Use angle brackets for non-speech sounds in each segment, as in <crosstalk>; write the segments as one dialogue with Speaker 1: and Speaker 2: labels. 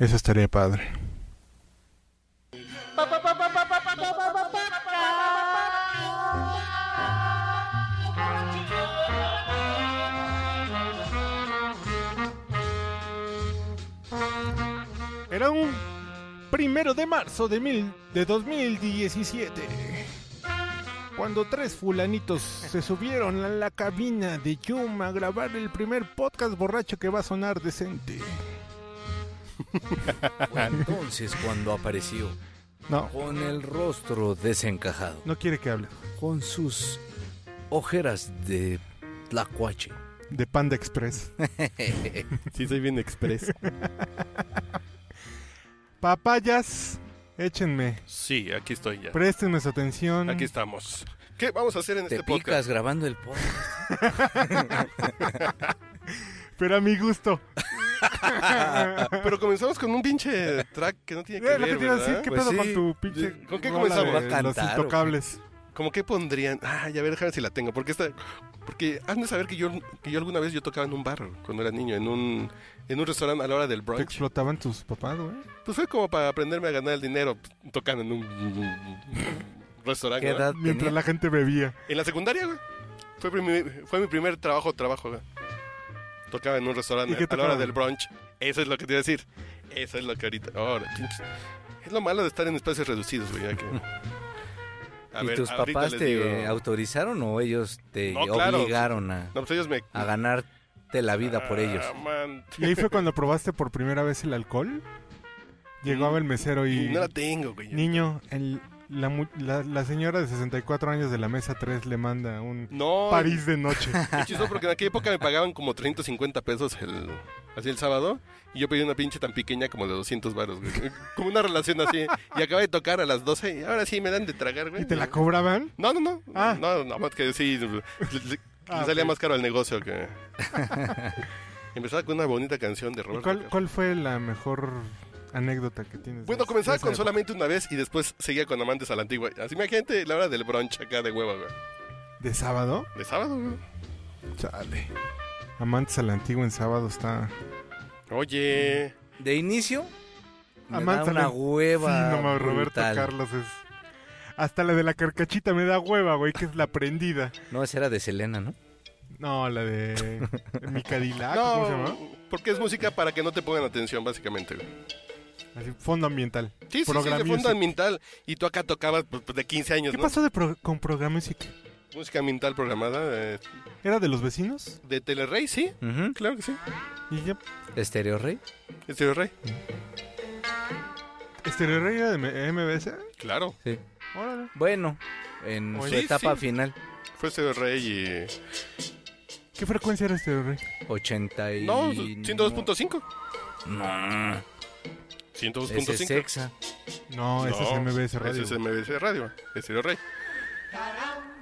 Speaker 1: Eso estaría padre.
Speaker 2: Era un primero de marzo de, mil, de 2017. Cuando tres fulanitos se subieron a la cabina de Yum a grabar el primer podcast borracho que va a sonar decente.
Speaker 3: Fue entonces cuando apareció,
Speaker 1: No,
Speaker 3: con el rostro desencajado,
Speaker 1: no quiere que hable.
Speaker 3: con sus ojeras de tlacuache.
Speaker 1: De Panda Express.
Speaker 4: Sí, soy bien express.
Speaker 1: Papayas, échenme.
Speaker 5: Sí, aquí estoy ya.
Speaker 1: Préstenme su atención.
Speaker 5: Aquí estamos. ¿Qué vamos a hacer en
Speaker 3: Te
Speaker 5: este
Speaker 3: picas
Speaker 5: podcast?
Speaker 3: grabando el podcast.
Speaker 1: Pero a mi gusto.
Speaker 5: Pero comenzamos con un pinche track que no tiene que
Speaker 1: Eh, lo que
Speaker 5: ver,
Speaker 1: te iba a decir,
Speaker 5: ¿verdad?
Speaker 1: ¿qué
Speaker 3: Pues
Speaker 1: pedo
Speaker 3: sí,
Speaker 1: con tu pinche.
Speaker 5: ¿con qué
Speaker 1: rola
Speaker 5: comenzamos?
Speaker 1: de
Speaker 5: Va a
Speaker 3: cantar,
Speaker 1: Los
Speaker 3: ¿o qué?
Speaker 1: intocables.
Speaker 5: ¿Cómo que pondrían? Ay, a ver, déjame ver si la tengo. Porque esta... Porque han de saber que yo, que yo alguna vez yo tocaba en un bar cuando era niño, en un, en un restaurante a la hora del
Speaker 1: Te
Speaker 5: brunch.
Speaker 1: explotaban tus papás, güey.
Speaker 5: Pues fue como para aprenderme a ganar el dinero pues, tocando en un restaurante.
Speaker 3: ¿Qué
Speaker 5: ¿verdad?
Speaker 3: edad
Speaker 1: Mientras
Speaker 3: tenía?
Speaker 1: la gente bebía.
Speaker 5: En la secundaria, güey. Fue, primi- fue mi primer trabajo, trabajo, güey. Tocaba en un restaurante
Speaker 1: ¿Y qué
Speaker 5: a la hora
Speaker 1: tocaban?
Speaker 5: del brunch. Eso es lo que te iba a decir. Eso es lo que ahorita. Ahora, pinche- es lo malo de estar en espacios reducidos, güey. ya
Speaker 3: <laughs>
Speaker 5: que- A
Speaker 3: ¿Y
Speaker 5: ver,
Speaker 3: tus
Speaker 5: ahorita
Speaker 3: papás
Speaker 5: les
Speaker 3: te
Speaker 5: digo-
Speaker 3: autorizaron o ellos te
Speaker 5: No, claro.
Speaker 3: obligaron a,
Speaker 5: No, pues ellos me.
Speaker 3: a ganarte la vida por ellos?
Speaker 5: Ah, man.
Speaker 1: ¿Y ahí fue cuando probaste por primera vez el alcohol? Llegaba el mesero y...
Speaker 5: No la tengo, güey.
Speaker 1: Niño, el- la, mu- la- la señora de 64 años de la mesa 3 le manda un
Speaker 5: No.
Speaker 1: París de
Speaker 5: <laughs>
Speaker 1: noche.
Speaker 5: Qué chistoso, porque en aquella época me pagaban como 30 o 50 pesos el, así el sábado. Y yo pedí una pinche tan pequeña como de 200 varos, güey. Como una relación así. Y acabé de tocar a las 12. Y ahora sí me dan de tragar, güey.
Speaker 1: ¿Y te la cobraban?
Speaker 5: No, no, no.
Speaker 1: Ah.
Speaker 5: No, nada más que sí. Le, le-
Speaker 1: Ah,
Speaker 5: le salía
Speaker 1: ok.
Speaker 5: más caro al negocio que.
Speaker 1: <laughs>
Speaker 5: Empezaba con una bonita canción de
Speaker 1: ¿Y
Speaker 5: Roberto.
Speaker 1: cuál,
Speaker 5: Carlos.
Speaker 1: cuál fue la mejor anécdota que tienes? de
Speaker 5: Bueno,
Speaker 1: esa- de
Speaker 5: comenzaba
Speaker 1: esa
Speaker 5: con
Speaker 1: época?
Speaker 5: solamente una vez y después seguía con amantes a la antigua. Así me gente la hora del brunch acá de hueva, güey.
Speaker 1: ¿De sábado?
Speaker 5: De sábado, güey.
Speaker 1: Chale. Amantes a la antigua en sábado está...
Speaker 5: Oye.
Speaker 3: De inicio, me da
Speaker 1: Amantes a
Speaker 3: una
Speaker 1: la-
Speaker 3: hueva
Speaker 1: Sí, no mames, Roberto
Speaker 3: brutal.
Speaker 1: Carlos es... Hasta la de la carcachita me da hueva, güey, que es la prendida.
Speaker 3: No, esa era de Selena, ¿no?
Speaker 1: No, la de... Mi Cadillac, Ah, ¿cómo se llama?
Speaker 5: No, porque es música para que no te pongan atención, básicamente, güey.
Speaker 1: Así, fondo ambiental.
Speaker 5: Sí, sí, sí,
Speaker 1: Program
Speaker 5: de
Speaker 1: Music.
Speaker 5: fondo ambiental. Y tú acá tocabas pues, de 15 años,
Speaker 1: ¿Qué
Speaker 5: ¿no?
Speaker 1: pasó de pro- con Program Music?
Speaker 5: Música ambiental programada eh,
Speaker 1: ¿Era de los vecinos?
Speaker 5: de Telerrey, sí.
Speaker 3: Ujú.
Speaker 5: Claro que sí.
Speaker 1: Y ya.
Speaker 3: Estéreo Rey.
Speaker 5: ¿Es Telerrey?
Speaker 1: ¿Estereo Rey era de M- MBS?
Speaker 5: Claro.
Speaker 3: Sí.
Speaker 1: Órale.
Speaker 3: Bueno, en
Speaker 5: Oye,
Speaker 3: su
Speaker 5: sí,
Speaker 3: etapa
Speaker 5: sí.
Speaker 3: final,
Speaker 5: Fue Telerrey y.
Speaker 1: ¿Qué frecuencia era Estereo Rey?
Speaker 3: 80 y...
Speaker 5: No, 102.5.
Speaker 3: No, ese es
Speaker 5: 102.5.
Speaker 3: sexa.
Speaker 1: No, ese es MBS Radio.
Speaker 5: Ese es MBS Radio. Estéreo Rey.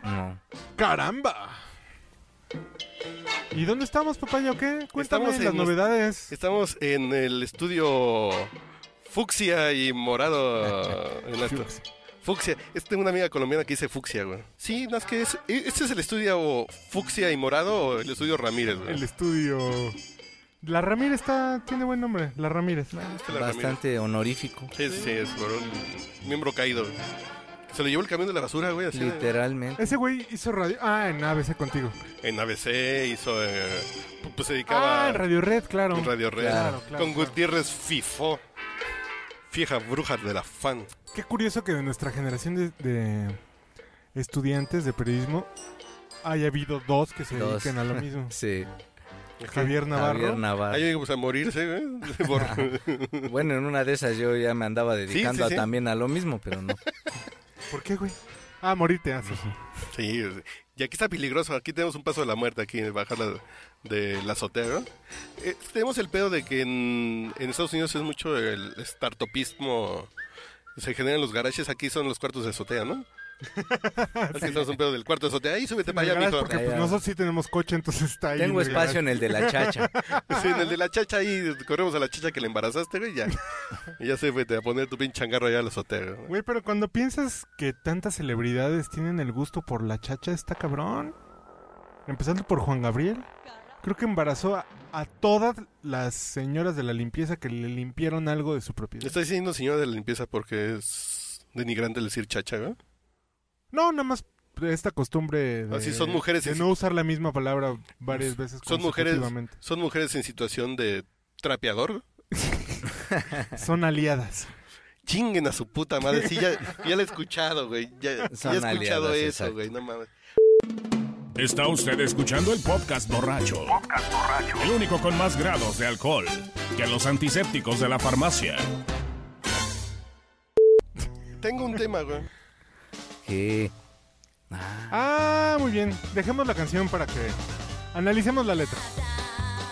Speaker 3: No.
Speaker 1: ¡Caramba! ¿Y dónde estamos, papaya, o qué? Cuéntame
Speaker 5: Estamos en
Speaker 1: las
Speaker 5: nos-
Speaker 1: novedades.
Speaker 5: Estamos en el estudio Fucsia y Morado. en
Speaker 1: <laughs>
Speaker 5: la-
Speaker 1: Fucsia.
Speaker 5: Fucsia. Es- Tengo una amiga colombiana que dice Fucsia, güey. Sí, no es que es. ¿Este es el estudio Fucsia y Morado o el estudio Ramírez, güey?
Speaker 1: El estudio... La Ramírez está... tiene buen nombre. La Ramírez.
Speaker 5: Este es la Ramírez.
Speaker 3: Bastante honorífico.
Speaker 5: Sí, sí, sí, es por un miembro caído. güey. Se lo llevó el camión de la basura, güey, así. de-
Speaker 3: Literalmente.
Speaker 1: Ese güey hizo radio... Ah, en ABC contigo.
Speaker 5: En ABC hizo. eh, pues se dedicaba.
Speaker 1: Ah, en Radio Red, claro.
Speaker 5: En Radio Red.
Speaker 1: Claro, claro,
Speaker 5: con
Speaker 1: claro.
Speaker 5: Gutiérrez Fifo. Fija bruja de la fan.
Speaker 1: Qué curioso que de nuestra generación de, de estudiantes de periodismo haya habido dos que se
Speaker 3: Dos.
Speaker 1: dediquen a lo
Speaker 3: <laughs>
Speaker 1: mismo.
Speaker 3: Sí,
Speaker 1: Javier Navarro.
Speaker 3: Javier Navarro.
Speaker 5: Ahí yo digo, pues a morirse, güey. <laughs>
Speaker 1: <laughs>
Speaker 5: Por-
Speaker 3: Bueno, en una de esas yo ya me andaba dedicando
Speaker 5: sí, sí.
Speaker 3: a también a lo mismo, pero no.
Speaker 1: ¿Por qué, güey? Ah, morirte hace.
Speaker 5: sí, sí. y aquí está peligroso. Aquí tenemos un paso de la muerte, aquí, bajar la, de la azotea, ¿no? Eh, tenemos el pedo de que en, en Estados Unidos es mucho el startupismo. Se generan los garajes, aquí son los cuartos de azotea, ¿no? Aquí estamos un pedo del cuarto de azotea. Ahí súbete para allá, mijo.
Speaker 1: porque pues,
Speaker 3: Allá.
Speaker 1: nosotros sí tenemos coche, entonces está ahí.
Speaker 3: Tengo
Speaker 1: en el
Speaker 3: espacio en el de la
Speaker 1: <laughs>
Speaker 3: chacha.
Speaker 5: Sí, en el de la chacha ahí, corremos a la chacha que le embarazaste, güey, ya. Y ya se fue a poner tu pinche changarro allá al azotea.
Speaker 1: garage.
Speaker 5: güey.
Speaker 1: Güey, pero cuando piensas que tantas celebridades tienen el gusto por la chacha, está cabrón. Empezando por Juan Gabriel. Creo que embarazó a, a todas las señoras de la limpieza que le limpiaron algo de su propiedad.
Speaker 5: Está diciendo señora de la limpieza porque es denigrante decir chacha, ¿verdad?
Speaker 1: No, nada más esta costumbre de,
Speaker 5: Así Ah, son mujeres
Speaker 1: de
Speaker 5: en-
Speaker 1: no usar la misma palabra varias veces
Speaker 5: Son mujeres-
Speaker 1: consecutivamente.
Speaker 5: Son mujeres en situación de trapeador.
Speaker 1: Son aliadas.
Speaker 5: Chinguen a su puta madre.
Speaker 3: <laughs>
Speaker 5: Sí, ya, ya la he escuchado, güey. Ya, ya
Speaker 3: Son
Speaker 5: he escuchado
Speaker 3: aliadas,
Speaker 5: eso,
Speaker 3: exacto.
Speaker 5: güey. No mames.
Speaker 6: Está usted escuchando el podcast borracho. El único con más grados de alcohol que los antisépticos de la farmacia.
Speaker 5: Tengo un tema, güey.
Speaker 3: ¿Qué? Ah,
Speaker 1: Ah, muy bien. Dejemos la canción para que analicemos la letra.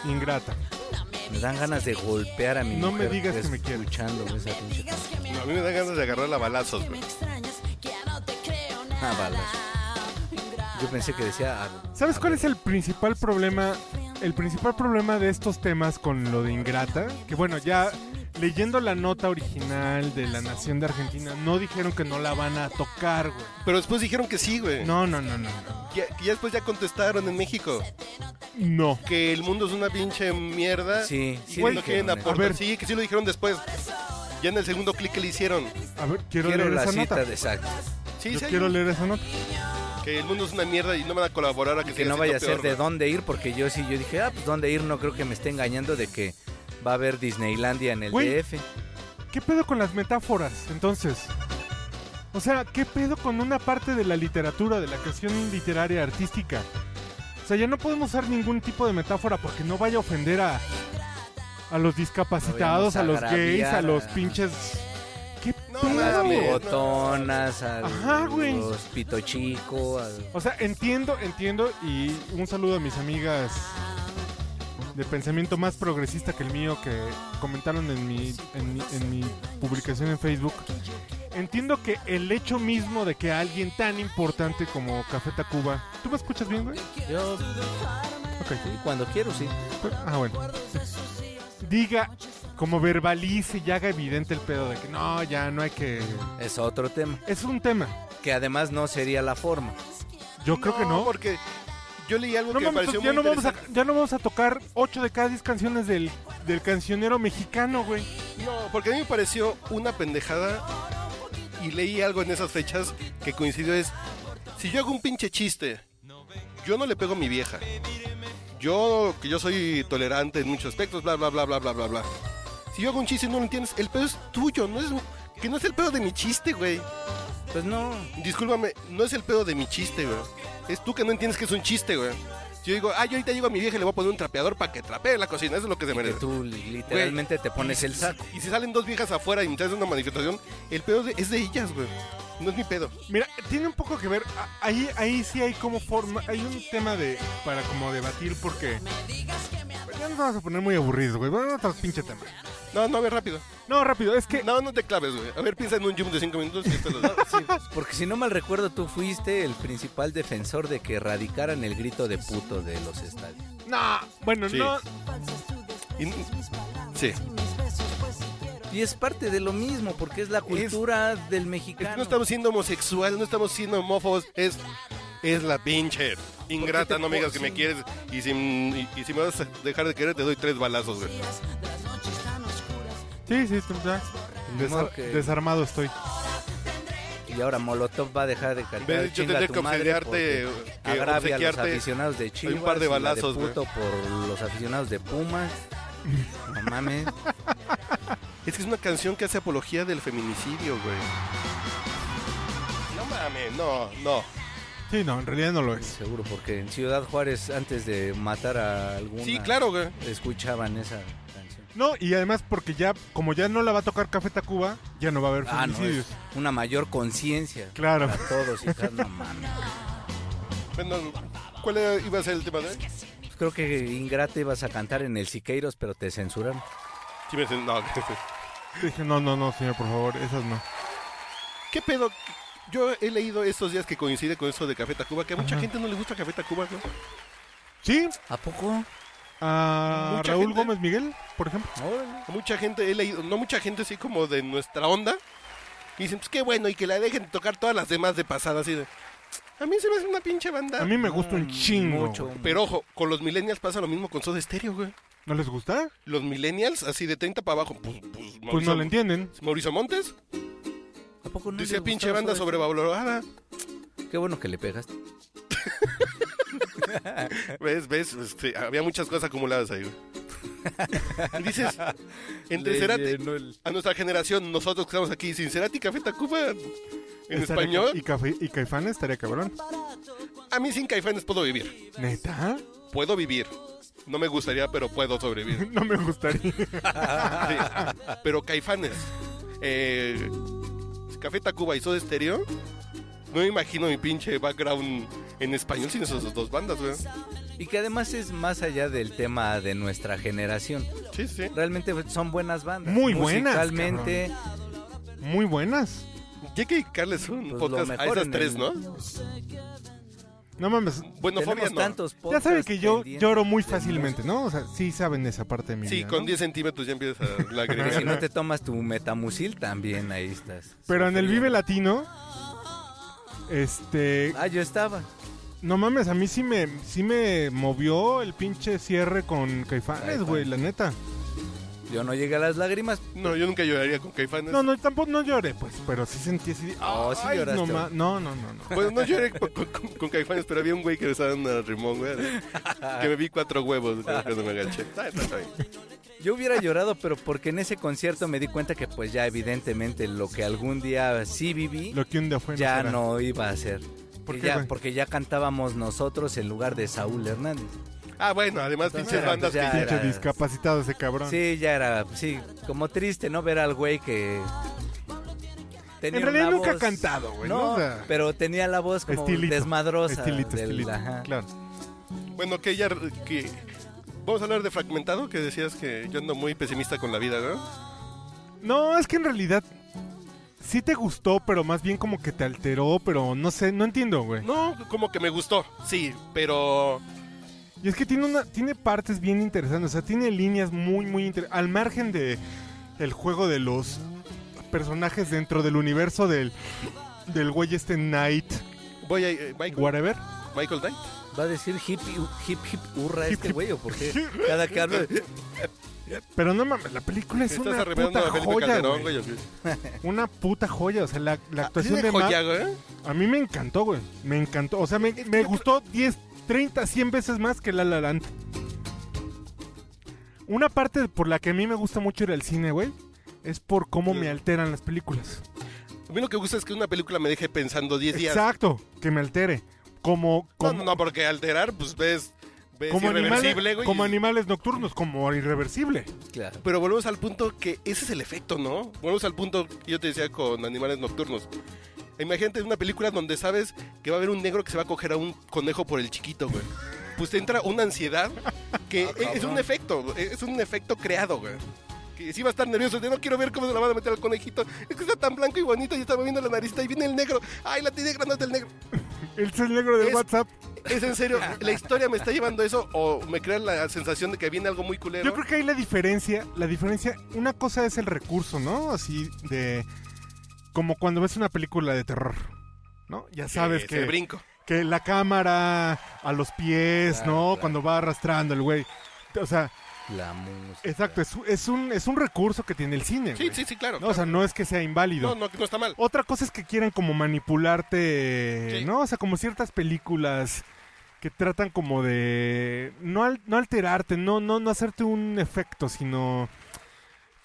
Speaker 1: Ingrata.
Speaker 3: me dan ganas de golpear a mi
Speaker 1: No me
Speaker 3: mujer
Speaker 1: digas que me quieres.
Speaker 3: Escuchando esa pinche.
Speaker 5: No, a mí me dan ganas de agarrarla a balazos, güey.
Speaker 3: Ah, balas. Yo pensé que decía. ah,
Speaker 1: ¿Sabes cuál es el principal problema? El principal problema de estos temas con lo de Ingrata, que bueno, ya leyendo la nota original de La Nación de Argentina, no dijeron que no la van a tocar, güey.
Speaker 5: Pero después dijeron que sí, güey.
Speaker 1: No, no, no, no. no.
Speaker 5: Ya, ya después ya contestaron en México
Speaker 1: No.
Speaker 5: que el mundo es una pinche mierda.
Speaker 3: Sí,
Speaker 5: y
Speaker 3: sí.
Speaker 5: no
Speaker 3: dijeron
Speaker 5: quieren
Speaker 3: eso.
Speaker 5: aportar.
Speaker 1: A ver.
Speaker 5: Sí, que sí lo dijeron después. Ya en el segundo clic que le hicieron.
Speaker 1: A ver, quiero,
Speaker 3: Quiero
Speaker 1: leer
Speaker 3: la
Speaker 1: esa
Speaker 3: cita
Speaker 1: nota.
Speaker 3: de exacto.
Speaker 5: Sí,
Speaker 1: Yo
Speaker 5: sí, hay
Speaker 1: quiero
Speaker 5: un-
Speaker 1: leer esa nota.
Speaker 5: que el mundo es una mierda y no van a colaborar a que,
Speaker 3: Que
Speaker 5: siga
Speaker 3: no vaya a
Speaker 5: siendo
Speaker 3: ser de
Speaker 5: peor,
Speaker 3: dónde ir, porque yo sí, yo dije, ah, pues dónde ir, no creo que me esté engañando de que va a haber Disneylandia en el
Speaker 1: Güey.
Speaker 3: DF.
Speaker 1: ¿Qué pedo con las metáforas, entonces? O sea, ¿qué pedo con una parte de la literatura, de la creación literaria, artística? O sea, ya no podemos usar ningún tipo de metáfora porque no vaya a ofender a, a los discapacitados,
Speaker 3: No
Speaker 1: a los
Speaker 3: vayamos a
Speaker 1: gays, a
Speaker 3: agraviar
Speaker 1: los
Speaker 3: a-
Speaker 1: pinches... ¿Qué
Speaker 5: No
Speaker 1: pedo?
Speaker 5: mames.
Speaker 3: Botonas, a
Speaker 1: Ajá, güey.
Speaker 3: los pito chico, al-
Speaker 1: O sea, entiendo, entiendo y un saludo a mis amigas de pensamiento más progresista que el mío que comentaron en mi, en mi, en mi publicación en Facebook. Entiendo que el hecho mismo de que alguien tan importante como Café Tacuba... ¿Tú me escuchas bien, güey?
Speaker 3: Yo
Speaker 1: Ok.
Speaker 3: sí, cuando quiero, sí.
Speaker 1: Ah, bueno. Diga, como verbalice y haga evidente el pedo de que no, ya no hay que...
Speaker 3: Es otro tema.
Speaker 1: Es un tema.
Speaker 3: Que además no sería la forma.
Speaker 1: Yo creo que no.
Speaker 5: porque yo leí algo
Speaker 1: No
Speaker 5: que me
Speaker 1: mames,
Speaker 5: pareció
Speaker 1: ya
Speaker 5: muy
Speaker 1: no, vamos a,
Speaker 5: interesante.
Speaker 1: ya no vamos a tocar 8 de cada 10 canciones del, del cancionero mexicano, güey.
Speaker 5: No, porque a mí me pareció una pendejada y leí algo en esas fechas que coincidió es, si yo hago un pinche chiste, yo no le pego a mi vieja. Yo, que yo soy tolerante en muchos aspectos, bla, bla, bla, bla, bla, bla, bla. Si yo hago un chiste y no lo entiendes, el pedo es tuyo, no es... Que no es el pedo de mi chiste, güey.
Speaker 3: Pues no.
Speaker 5: Discúlpame, no es el pedo de mi chiste, güey. Es tú que no entiendes que es un chiste, güey. Si yo digo, ah, yo ahorita llego a mi vieja y le voy a poner un trapeador para que trapee la cocina, eso es lo que se
Speaker 3: Que
Speaker 5: merece.
Speaker 3: tú li- literalmente te pones el saco.
Speaker 5: Y si salen dos viejas afuera y me traes una manifestación, el pedo de- es de ellas, güey. No es mi pedo.
Speaker 1: Mira, tiene un poco que ver, a- ahí, ahí sí hay como forma, hay un tema de, para como debatir porque... pues, Ya nos vamos a poner muy aburridos, güey. Vamos a otro pinche tema.
Speaker 5: No, no, a ver, rápido.
Speaker 1: No, rápido, es que...
Speaker 5: No, no te claves, güey. A ver, piensa en un gym de cinco minutos y esto
Speaker 3: <laughs>
Speaker 5: lo
Speaker 3: Porque si no mal recuerdo, tú fuiste el principal defensor de que erradicaran el grito de puto de los estadios.
Speaker 1: No, bueno,
Speaker 5: Sí.
Speaker 1: no...
Speaker 5: Ah. Y- Sí.
Speaker 7: pues
Speaker 3: Y es parte de lo mismo, porque es la cultura del
Speaker 5: Es que
Speaker 3: mexicano.
Speaker 5: no estamos siendo homosexuales, no estamos siendo homófobos. Es, es la pinche ingrata, no me digas que me quieres. Y si, y, y si me vas a dejar de querer, te doy tres balazos, güey.
Speaker 1: Sí, sí, ya. Desar-
Speaker 3: Ok.
Speaker 1: Desarmado estoy.
Speaker 3: Y ahora Molotov va a dejar de
Speaker 5: Me
Speaker 3: cantar.
Speaker 5: has dicho,
Speaker 3: "Chinga
Speaker 5: tendría
Speaker 3: tu
Speaker 5: que
Speaker 3: madre",
Speaker 5: obsediarte,
Speaker 3: porque
Speaker 5: que
Speaker 3: agravia a los
Speaker 5: obsequiarte
Speaker 3: aficionados de Chivas.
Speaker 5: par de
Speaker 3: y la
Speaker 5: balazos, güey.
Speaker 3: puto por los aficionados de Pumas. No
Speaker 5: <laughs>
Speaker 3: mames.
Speaker 5: Es que es una canción que hace apología del feminicidio, güey. No mames, no, no.
Speaker 1: Sí, no, en realidad no lo es.
Speaker 3: Seguro, porque en Ciudad Juárez, antes de matar a alguna,
Speaker 5: Sí, claro, güey.
Speaker 3: escuchaban esa canción.
Speaker 1: No, y además porque ya, como ya no la va a tocar Café Tacuba, ya no va a haber
Speaker 3: Ah, no,
Speaker 1: feminicidios.
Speaker 3: es una mayor conciencia
Speaker 1: Claro.
Speaker 3: para
Speaker 5: <laughs>
Speaker 3: todos y cada no mames.
Speaker 5: Bueno, ¿cuál era- iba a ser el tema de hoy?
Speaker 3: Pues creo que Ingrata ibas a cantar en el Siqueiros, pero te censuraron.
Speaker 5: Sí, me dicen, no. <laughs>
Speaker 1: Dije, no, no, no, señor, por favor, esas no.
Speaker 5: ¿Qué pedo? Yo he leído estos días que coincide con eso de Café Tacuba, que a mucha
Speaker 1: Ajá.
Speaker 5: gente no le gusta Café Tacuba, güey.
Speaker 1: Sí,
Speaker 3: ¿A poco?
Speaker 1: a
Speaker 5: Mucha
Speaker 1: Raúl
Speaker 5: gente.
Speaker 1: Gómez Miguel, por ejemplo.
Speaker 5: A Mucha gente he leído, no mucha gente así como de nuestra onda. Y dicen, pues qué bueno, y que la dejen tocar todas las demás de pasada, así de... A mí se me hace una pinche banda.
Speaker 1: A mí me gusta un chingo.
Speaker 3: Mucho.
Speaker 1: güey.
Speaker 5: Pero ojo, con los millennials pasa lo mismo con Soda Stereo, güey.
Speaker 1: ¿No les gusta?
Speaker 5: Los millennials, así de 30 para abajo, pues, pues,
Speaker 1: Pues no lo entienden.
Speaker 5: Mauricio Montes,
Speaker 3: ¿A poco no
Speaker 5: dice
Speaker 3: le
Speaker 5: pinche
Speaker 3: gustaba
Speaker 5: banda
Speaker 3: Soda
Speaker 5: sobrevalorada.
Speaker 3: Stereo? Qué bueno que le pegaste.
Speaker 5: ¿Ves? ¿Ves? Este, había muchas cosas acumuladas ahí, güey. Y
Speaker 1: <laughs>
Speaker 5: dices, entre Cerati, a nuestra generación, nosotros que estamos aquí, sin Cerati, Café Tacuba, en
Speaker 1: Estaría
Speaker 5: español,
Speaker 1: ca- Y, café, y Caifanes estaría cabrón.
Speaker 5: a mí sin Caifanes puedo vivir.
Speaker 1: ¿Neta? <laughs>
Speaker 5: Puedo vivir. No me gustaría, pero puedo
Speaker 3: <laughs>
Speaker 5: sobrevivir.
Speaker 1: No me gustaría.
Speaker 5: Sí. Pero Caifanes, eh, Café Tacuba y Soda Stereo, no me imagino mi pinche background en español sin esas dos bandas, güey.
Speaker 3: Y que además es más allá del tema de nuestra generación.
Speaker 5: Sí, sí.
Speaker 3: Realmente son buenas bandas.
Speaker 1: Muy buenas,
Speaker 3: Musicalmente,
Speaker 1: Muy buenas.
Speaker 5: Y hay que dedicarles un
Speaker 3: Pues
Speaker 5: podcast
Speaker 3: lo
Speaker 5: a
Speaker 3: mejor
Speaker 5: esas
Speaker 3: en
Speaker 5: tres,
Speaker 3: el-
Speaker 5: ¿no?
Speaker 1: No mames.
Speaker 5: Bueno,
Speaker 3: tenemos
Speaker 5: Fobia no.
Speaker 3: tantos
Speaker 1: Ya
Speaker 3: podcasts
Speaker 1: saben que yo
Speaker 3: pendientes
Speaker 1: lloro muy
Speaker 3: de
Speaker 1: fácilmente,
Speaker 3: música.
Speaker 1: ¿no? O sea, sí saben esa parte de mi
Speaker 5: Sí,
Speaker 1: vida,
Speaker 5: con
Speaker 1: ¿no?
Speaker 5: 10 centímetros ya empiezas a
Speaker 3: <laughs> Pero si no
Speaker 5: lagrimear.
Speaker 3: te tomas tu metamucil, también ahí estás.
Speaker 1: Pero en el
Speaker 3: sufriendo.
Speaker 1: Vive Latino, este,
Speaker 3: Ah, yo estaba.
Speaker 1: no mames, a mí sí me, sí me movió el pinche cierre con Caifanes,
Speaker 3: Caifanes.
Speaker 1: güey, la neta.
Speaker 3: Yo no llegué a las lágrimas.
Speaker 5: No, yo nunca lloraría con Caifanes.
Speaker 1: No, no, tampoco no lloré, pues, pero sí sentí así.
Speaker 3: Oh, sí
Speaker 1: ay,
Speaker 3: lloraste,
Speaker 1: no,
Speaker 3: güey.
Speaker 1: ma- no, no, no, no.
Speaker 5: Bueno, Pues, no lloré con, con- con Caifanes, pero había un güey que besaba a Rimón, güey. Que me vi cuatro huevos güey, cuando me agaché. Está- está- está bien.
Speaker 3: Yo hubiera llorado, pero porque en ese concierto me di cuenta que pues ya evidentemente lo que algún día sí viví,
Speaker 1: Lo que un día fue.
Speaker 3: ya
Speaker 1: será.
Speaker 3: no iba a ser.
Speaker 1: ¿Por
Speaker 3: Y
Speaker 1: qué,
Speaker 3: ya-
Speaker 1: güey?
Speaker 3: porque ya cantábamos nosotros en lugar de Saúl Hernández.
Speaker 5: Ah, bueno, además pinches
Speaker 3: Bueno,
Speaker 5: bandas
Speaker 3: pues ya
Speaker 5: que...
Speaker 1: Pinche
Speaker 3: era-
Speaker 1: discapacitado ese cabrón.
Speaker 3: Sí, ya era, sí, como triste, ¿no? Ver al güey que... tenía
Speaker 1: En realidad
Speaker 3: una
Speaker 1: nunca ha
Speaker 3: voz-
Speaker 1: cantado, güey. No,
Speaker 3: No,
Speaker 1: O sea,
Speaker 3: pero tenía la voz como
Speaker 1: estilito,
Speaker 3: desmadrosa.
Speaker 1: Estilito,
Speaker 3: del-
Speaker 1: estilito.
Speaker 3: ajá.
Speaker 1: Claro.
Speaker 5: Bueno, que ya... Que... Vamos a hablar de Fragmentado, que decías que yo ando muy pesimista con la vida, ¿no?
Speaker 1: No, es que en realidad sí te gustó, pero más bien como que te alteró, pero no sé, no entiendo, güey.
Speaker 5: No, como que me gustó, sí, pero...
Speaker 1: Y es que tiene una tiene partes bien interesantes, o sea, tiene líneas muy muy inter- al margen de el juego de los personajes dentro del universo del del güey este Knight
Speaker 5: Voy a... eh, Michael,
Speaker 1: whatever.
Speaker 5: Michael Knight.
Speaker 3: ¿Va a decir hip, hip, hip, hurra este güey o por qué? Cada que hablo...
Speaker 1: Pero no mames, la película es
Speaker 5: Estás
Speaker 1: una
Speaker 5: arreglando
Speaker 1: puta
Speaker 5: a Felipe
Speaker 1: joya,
Speaker 5: Calderón,
Speaker 1: güey.
Speaker 5: güey. ¿o qué?
Speaker 1: Una puta joya, o sea, la, la actuación
Speaker 5: Sí,
Speaker 1: de
Speaker 5: joya,
Speaker 1: Matt
Speaker 5: güey.
Speaker 1: a mí me encantó, güey. Me encantó, o sea, me, me gustó 10, 30, 100 veces más que La La Land. Una parte por la que a mí me gusta mucho ir al cine, güey, es por cómo me alteran las películas.
Speaker 5: A mí lo que gusta es que una película me deje pensando 10 días.
Speaker 1: Exacto, que me altere. Como,
Speaker 5: No,
Speaker 1: como,
Speaker 5: no, no, porque alterar, pues ves, ves
Speaker 1: como,
Speaker 5: irreversible,
Speaker 1: animales,
Speaker 5: güey.
Speaker 1: como animales nocturnos, como irreversible.
Speaker 3: Claro.
Speaker 5: Pero volvemos al punto que ese es el efecto, ¿no? Volvemos al punto que yo te decía con animales nocturnos. Imagínate una película donde sabes que va a haber un negro que se va a coger a un conejo por el chiquito, güey. Pues te entra una ansiedad
Speaker 1: <laughs> Ah,
Speaker 5: que es un efecto, es un efecto creado, güey. Que sí va a estar nervioso, de no quiero ver cómo se la van a meter al conejito. Es que está tan blanco y bonito y está moviendo la nariz y viene el negro. Ay, la tiene granota el negro.
Speaker 1: El es el negro del
Speaker 5: Es-
Speaker 1: WhatsApp.
Speaker 5: ¿Es en serio? ¿La historia me está llevando a eso o me crea la sensación de que viene algo muy culero?
Speaker 1: Yo creo que ahí la diferencia, la diferencia, una cosa es el recurso, ¿no? Así de, como cuando ves una película de terror, ¿no? Ya sabes
Speaker 5: es
Speaker 1: que,
Speaker 5: el brinco.
Speaker 1: que la cámara a los pies,
Speaker 3: Claro,
Speaker 1: ¿no?
Speaker 3: claro.
Speaker 1: Cuando va arrastrando el güey. O sea,
Speaker 3: La música.
Speaker 1: exacto, es, es un, es un recurso que tiene el cine.
Speaker 5: Sí,
Speaker 1: güey.
Speaker 5: sí, sí, claro.
Speaker 1: No, o sea, no es que sea inválido.
Speaker 5: No, no, que no está mal.
Speaker 1: Otra cosa es que quieran como manipularte,
Speaker 5: Sí.
Speaker 1: ¿no? O sea, como ciertas películas que tratan como de no, al- no alterarte, no, no, no hacerte un efecto, sino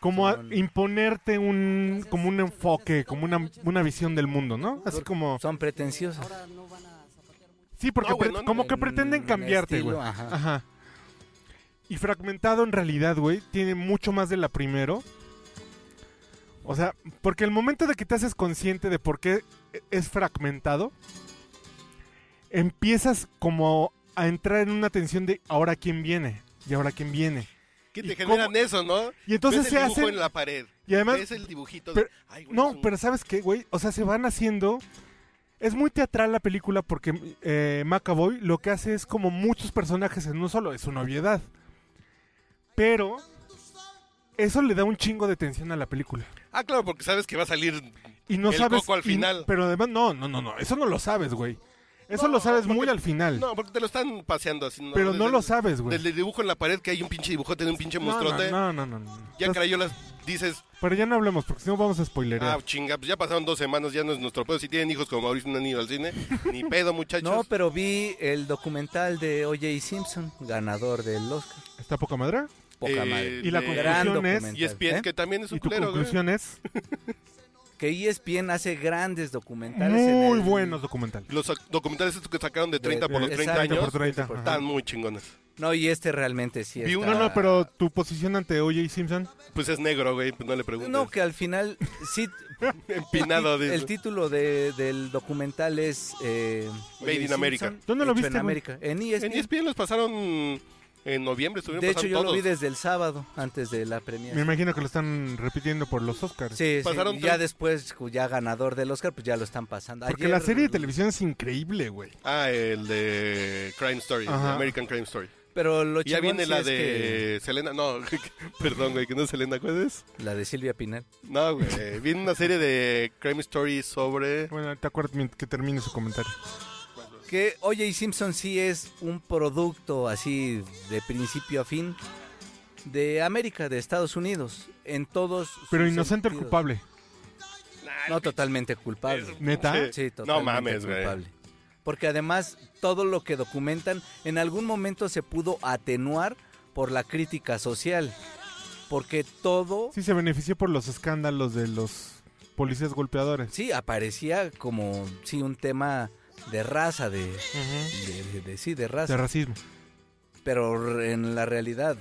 Speaker 1: como a-
Speaker 3: Son-
Speaker 1: imponerte un como un enfoque, como una, una visión del mundo, ¿no? Así como
Speaker 3: Son pretenciosas.
Speaker 1: sí, porque
Speaker 5: No, güey,
Speaker 1: pre-
Speaker 5: no, no,
Speaker 1: como que
Speaker 3: en
Speaker 1: pretenden cambiarte,
Speaker 3: estilo,
Speaker 1: güey.
Speaker 3: ajá.
Speaker 1: Ajá. Y fragmentado en realidad, güey, tiene mucho más de la primero. O sea, porque el momento de que te haces consciente de por qué e-, es fragmentado, empiezas como a entrar en una tensión de ahora quién viene y ahora quién viene.
Speaker 5: Que
Speaker 1: ¿Y
Speaker 5: te generan
Speaker 1: cómo?
Speaker 5: eso, ¿no?
Speaker 1: Y entonces
Speaker 5: Ves
Speaker 1: se
Speaker 5: el dibujo
Speaker 1: hacen
Speaker 5: en la pared.
Speaker 1: y además
Speaker 5: Ves el dibujito.
Speaker 1: pero-
Speaker 5: Ay, güey, es
Speaker 1: no,
Speaker 5: un-
Speaker 1: pero ¿sabes qué, güey? O sea, se van haciendo... Es muy teatral la película porque eh, McAvoy lo que hace es como muchos personajes en uno solo, es una obviedad. Pero eso le da un chingo de tensión a la película.
Speaker 5: Ah, claro, porque sabes que va a salir.
Speaker 1: Y no
Speaker 5: El
Speaker 1: sabes...
Speaker 5: coco al
Speaker 1: y-
Speaker 5: final.
Speaker 1: pero además, no, no, no, no, eso no lo sabes, güey. Eso lo sabes muy al final.
Speaker 5: No, porque te lo están paseando así. ¿no?
Speaker 1: Pero no
Speaker 5: Desde-
Speaker 1: lo sabes, güey.
Speaker 5: Desde el dibujo en la pared que hay un pinche dibujote de un pinche
Speaker 1: No, no,
Speaker 5: monstruote.
Speaker 1: no, no, no, no.
Speaker 5: Ya crayolas dices,
Speaker 1: Pero ya no hablemos, porque si no vamos a
Speaker 5: ah,
Speaker 1: spoilerear.
Speaker 5: chinga, pues ya pasaron dos semanas, ya no es nuestro pedo. Si tienen hijos como Mauricio no han ido
Speaker 1: <laughs>
Speaker 5: al cine, ni pedo, muchachos.
Speaker 3: No, pero vi el documental de O.J. Simpson, ganador del Oscar.
Speaker 1: ¿Está poca madre?
Speaker 3: Poca
Speaker 5: Eh,
Speaker 3: madre.
Speaker 1: Y la
Speaker 5: de-
Speaker 1: conclusión
Speaker 3: Gran
Speaker 1: es-
Speaker 3: documental.
Speaker 5: Y es bien
Speaker 3: ¿eh?
Speaker 5: que también es un
Speaker 1: ¿Y tu
Speaker 5: culero, güey.
Speaker 1: conclusión es?
Speaker 3: Que E ESPN hace grandes documentales. en
Speaker 1: Muy
Speaker 3: el-
Speaker 1: buenos documentales.
Speaker 5: Los ac- documentales estos que sacaron de 30
Speaker 3: De-
Speaker 5: por los
Speaker 3: de-
Speaker 5: 30
Speaker 3: exacto,
Speaker 5: años
Speaker 1: Por 30, ajá.
Speaker 5: están muy chingones.
Speaker 3: No, y este realmente sí
Speaker 5: Vi
Speaker 3: está...
Speaker 1: No, no, pero tu posición ante O.J. Simpson.
Speaker 5: Pues es negro, güey, pues no le preguntes.
Speaker 3: No, que al final sí...
Speaker 5: Empinado,
Speaker 3: el,
Speaker 5: dice.
Speaker 3: el título de- del documental es... eh,
Speaker 5: Made in
Speaker 3: O.J.
Speaker 5: America.
Speaker 3: Simpson,
Speaker 1: ¿Dónde lo
Speaker 3: hecho
Speaker 1: viste,
Speaker 3: En
Speaker 1: güey?
Speaker 3: América. En E
Speaker 5: En E
Speaker 3: ESPN.
Speaker 5: ESPN los pasaron en noviembre, estuvieron
Speaker 3: De hecho,
Speaker 5: pasando
Speaker 3: yo lo
Speaker 5: todos.
Speaker 3: vi desde el sábado, antes de la
Speaker 1: Me
Speaker 3: premiación.
Speaker 1: imagino que lo están repitiendo por los Oscars.
Speaker 3: Sí, sí,
Speaker 5: Pasaron
Speaker 3: ya
Speaker 5: tres-
Speaker 3: después, ya ganador del Oscar, pues ya lo están pasando.
Speaker 1: Porque
Speaker 3: Ayer-
Speaker 1: la serie de televisión es increíble, güey.
Speaker 5: Ah, el de Crime Story, el de
Speaker 1: Ajá.
Speaker 5: American Crime Story.
Speaker 3: Pero lo
Speaker 5: Y ya
Speaker 3: chingón
Speaker 5: viene
Speaker 3: sí
Speaker 5: la
Speaker 3: es
Speaker 5: de Selena, no, <laughs> perdón, güey, que no es Selena, ¿cuál es?
Speaker 3: que- La de Silvia Pinal.
Speaker 5: No, güey, viene una serie de Crime Story sobre...
Speaker 1: Bueno, te acuerdas mient- que termine su comentario.
Speaker 3: Que O.J. Simpson sí es un producto así de principio a fin de América, de Estados Unidos, en todos. sus
Speaker 1: Pero inocente el
Speaker 3: sentidos.
Speaker 1: culpable.
Speaker 3: No, totalmente culpable.
Speaker 1: ¿Neta?
Speaker 5: Sí.
Speaker 3: Sí, totalmente
Speaker 5: No mames, güey.
Speaker 3: culpable. Porque además todo lo que documentan en algún momento se pudo atenuar por la crítica social. Porque todo
Speaker 1: Sí se benefició por los escándalos de los policías golpeadores.
Speaker 3: Sí, aparecía como, sí, un tema de raza, de, de- de- de- sí, de raza.
Speaker 1: De racismo.
Speaker 3: pero en la realidad,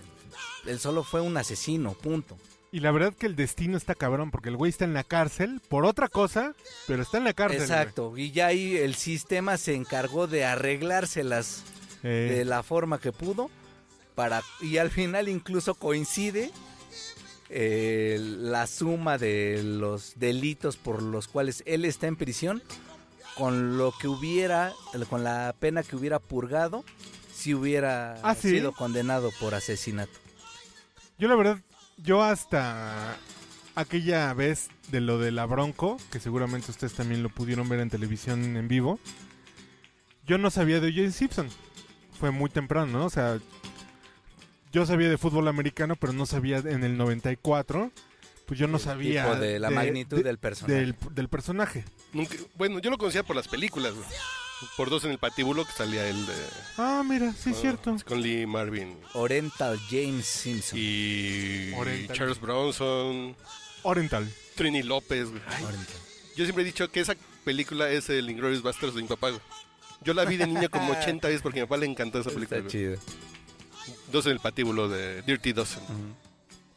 Speaker 3: él solo fue un asesino, punto.
Speaker 1: Y la verdad que el destino está cabrón, porque el güey está en la cárcel por otra cosa, pero está en la cárcel. güey.
Speaker 3: Exacto, y ya ahí el sistema se encargó de arreglárselas
Speaker 1: Eh,
Speaker 3: de la forma que pudo, para y al final incluso coincide eh, la suma de los delitos por los cuales él está en prisión con lo que hubiera, con la pena que hubiera purgado si hubiera
Speaker 1: ¿Ah, sí?
Speaker 3: sido condenado por asesinato.
Speaker 1: Yo la verdad, yo hasta aquella vez de lo de la Bronco, que seguramente ustedes también lo pudieron ver en televisión en vivo, yo no sabía de O.J. Simpson. Fue muy temprano, ¿no? O sea, yo sabía de fútbol americano, pero no sabía en el 94. Pues yo no
Speaker 3: El
Speaker 1: sabía...
Speaker 3: tipo de la magnitud
Speaker 1: de-
Speaker 3: del personaje.
Speaker 1: Del, del personaje.
Speaker 5: Nunca- bueno, yo lo conocía por las películas, güey. Por dos en el patíbulo que salía el de...
Speaker 1: Ah, mira,
Speaker 3: Oh.
Speaker 1: sí es cierto.
Speaker 5: Con Lee Marvin
Speaker 3: Oriental James Simpson.
Speaker 5: y
Speaker 1: Oriental.
Speaker 5: Charles Bronson,
Speaker 1: Oriental.
Speaker 5: Trini López, güey. Ay,
Speaker 3: Oriental.
Speaker 5: Yo siempre he dicho que esa película es el Inglourious Basterds de mi papá, güey. Yo la vi de niño
Speaker 3: <laughs>
Speaker 5: como 80 veces porque a mi papá le encantó esa película.
Speaker 3: Está
Speaker 5: güey.
Speaker 3: chido.
Speaker 5: Dos en el patíbulo de Dirty Dozen.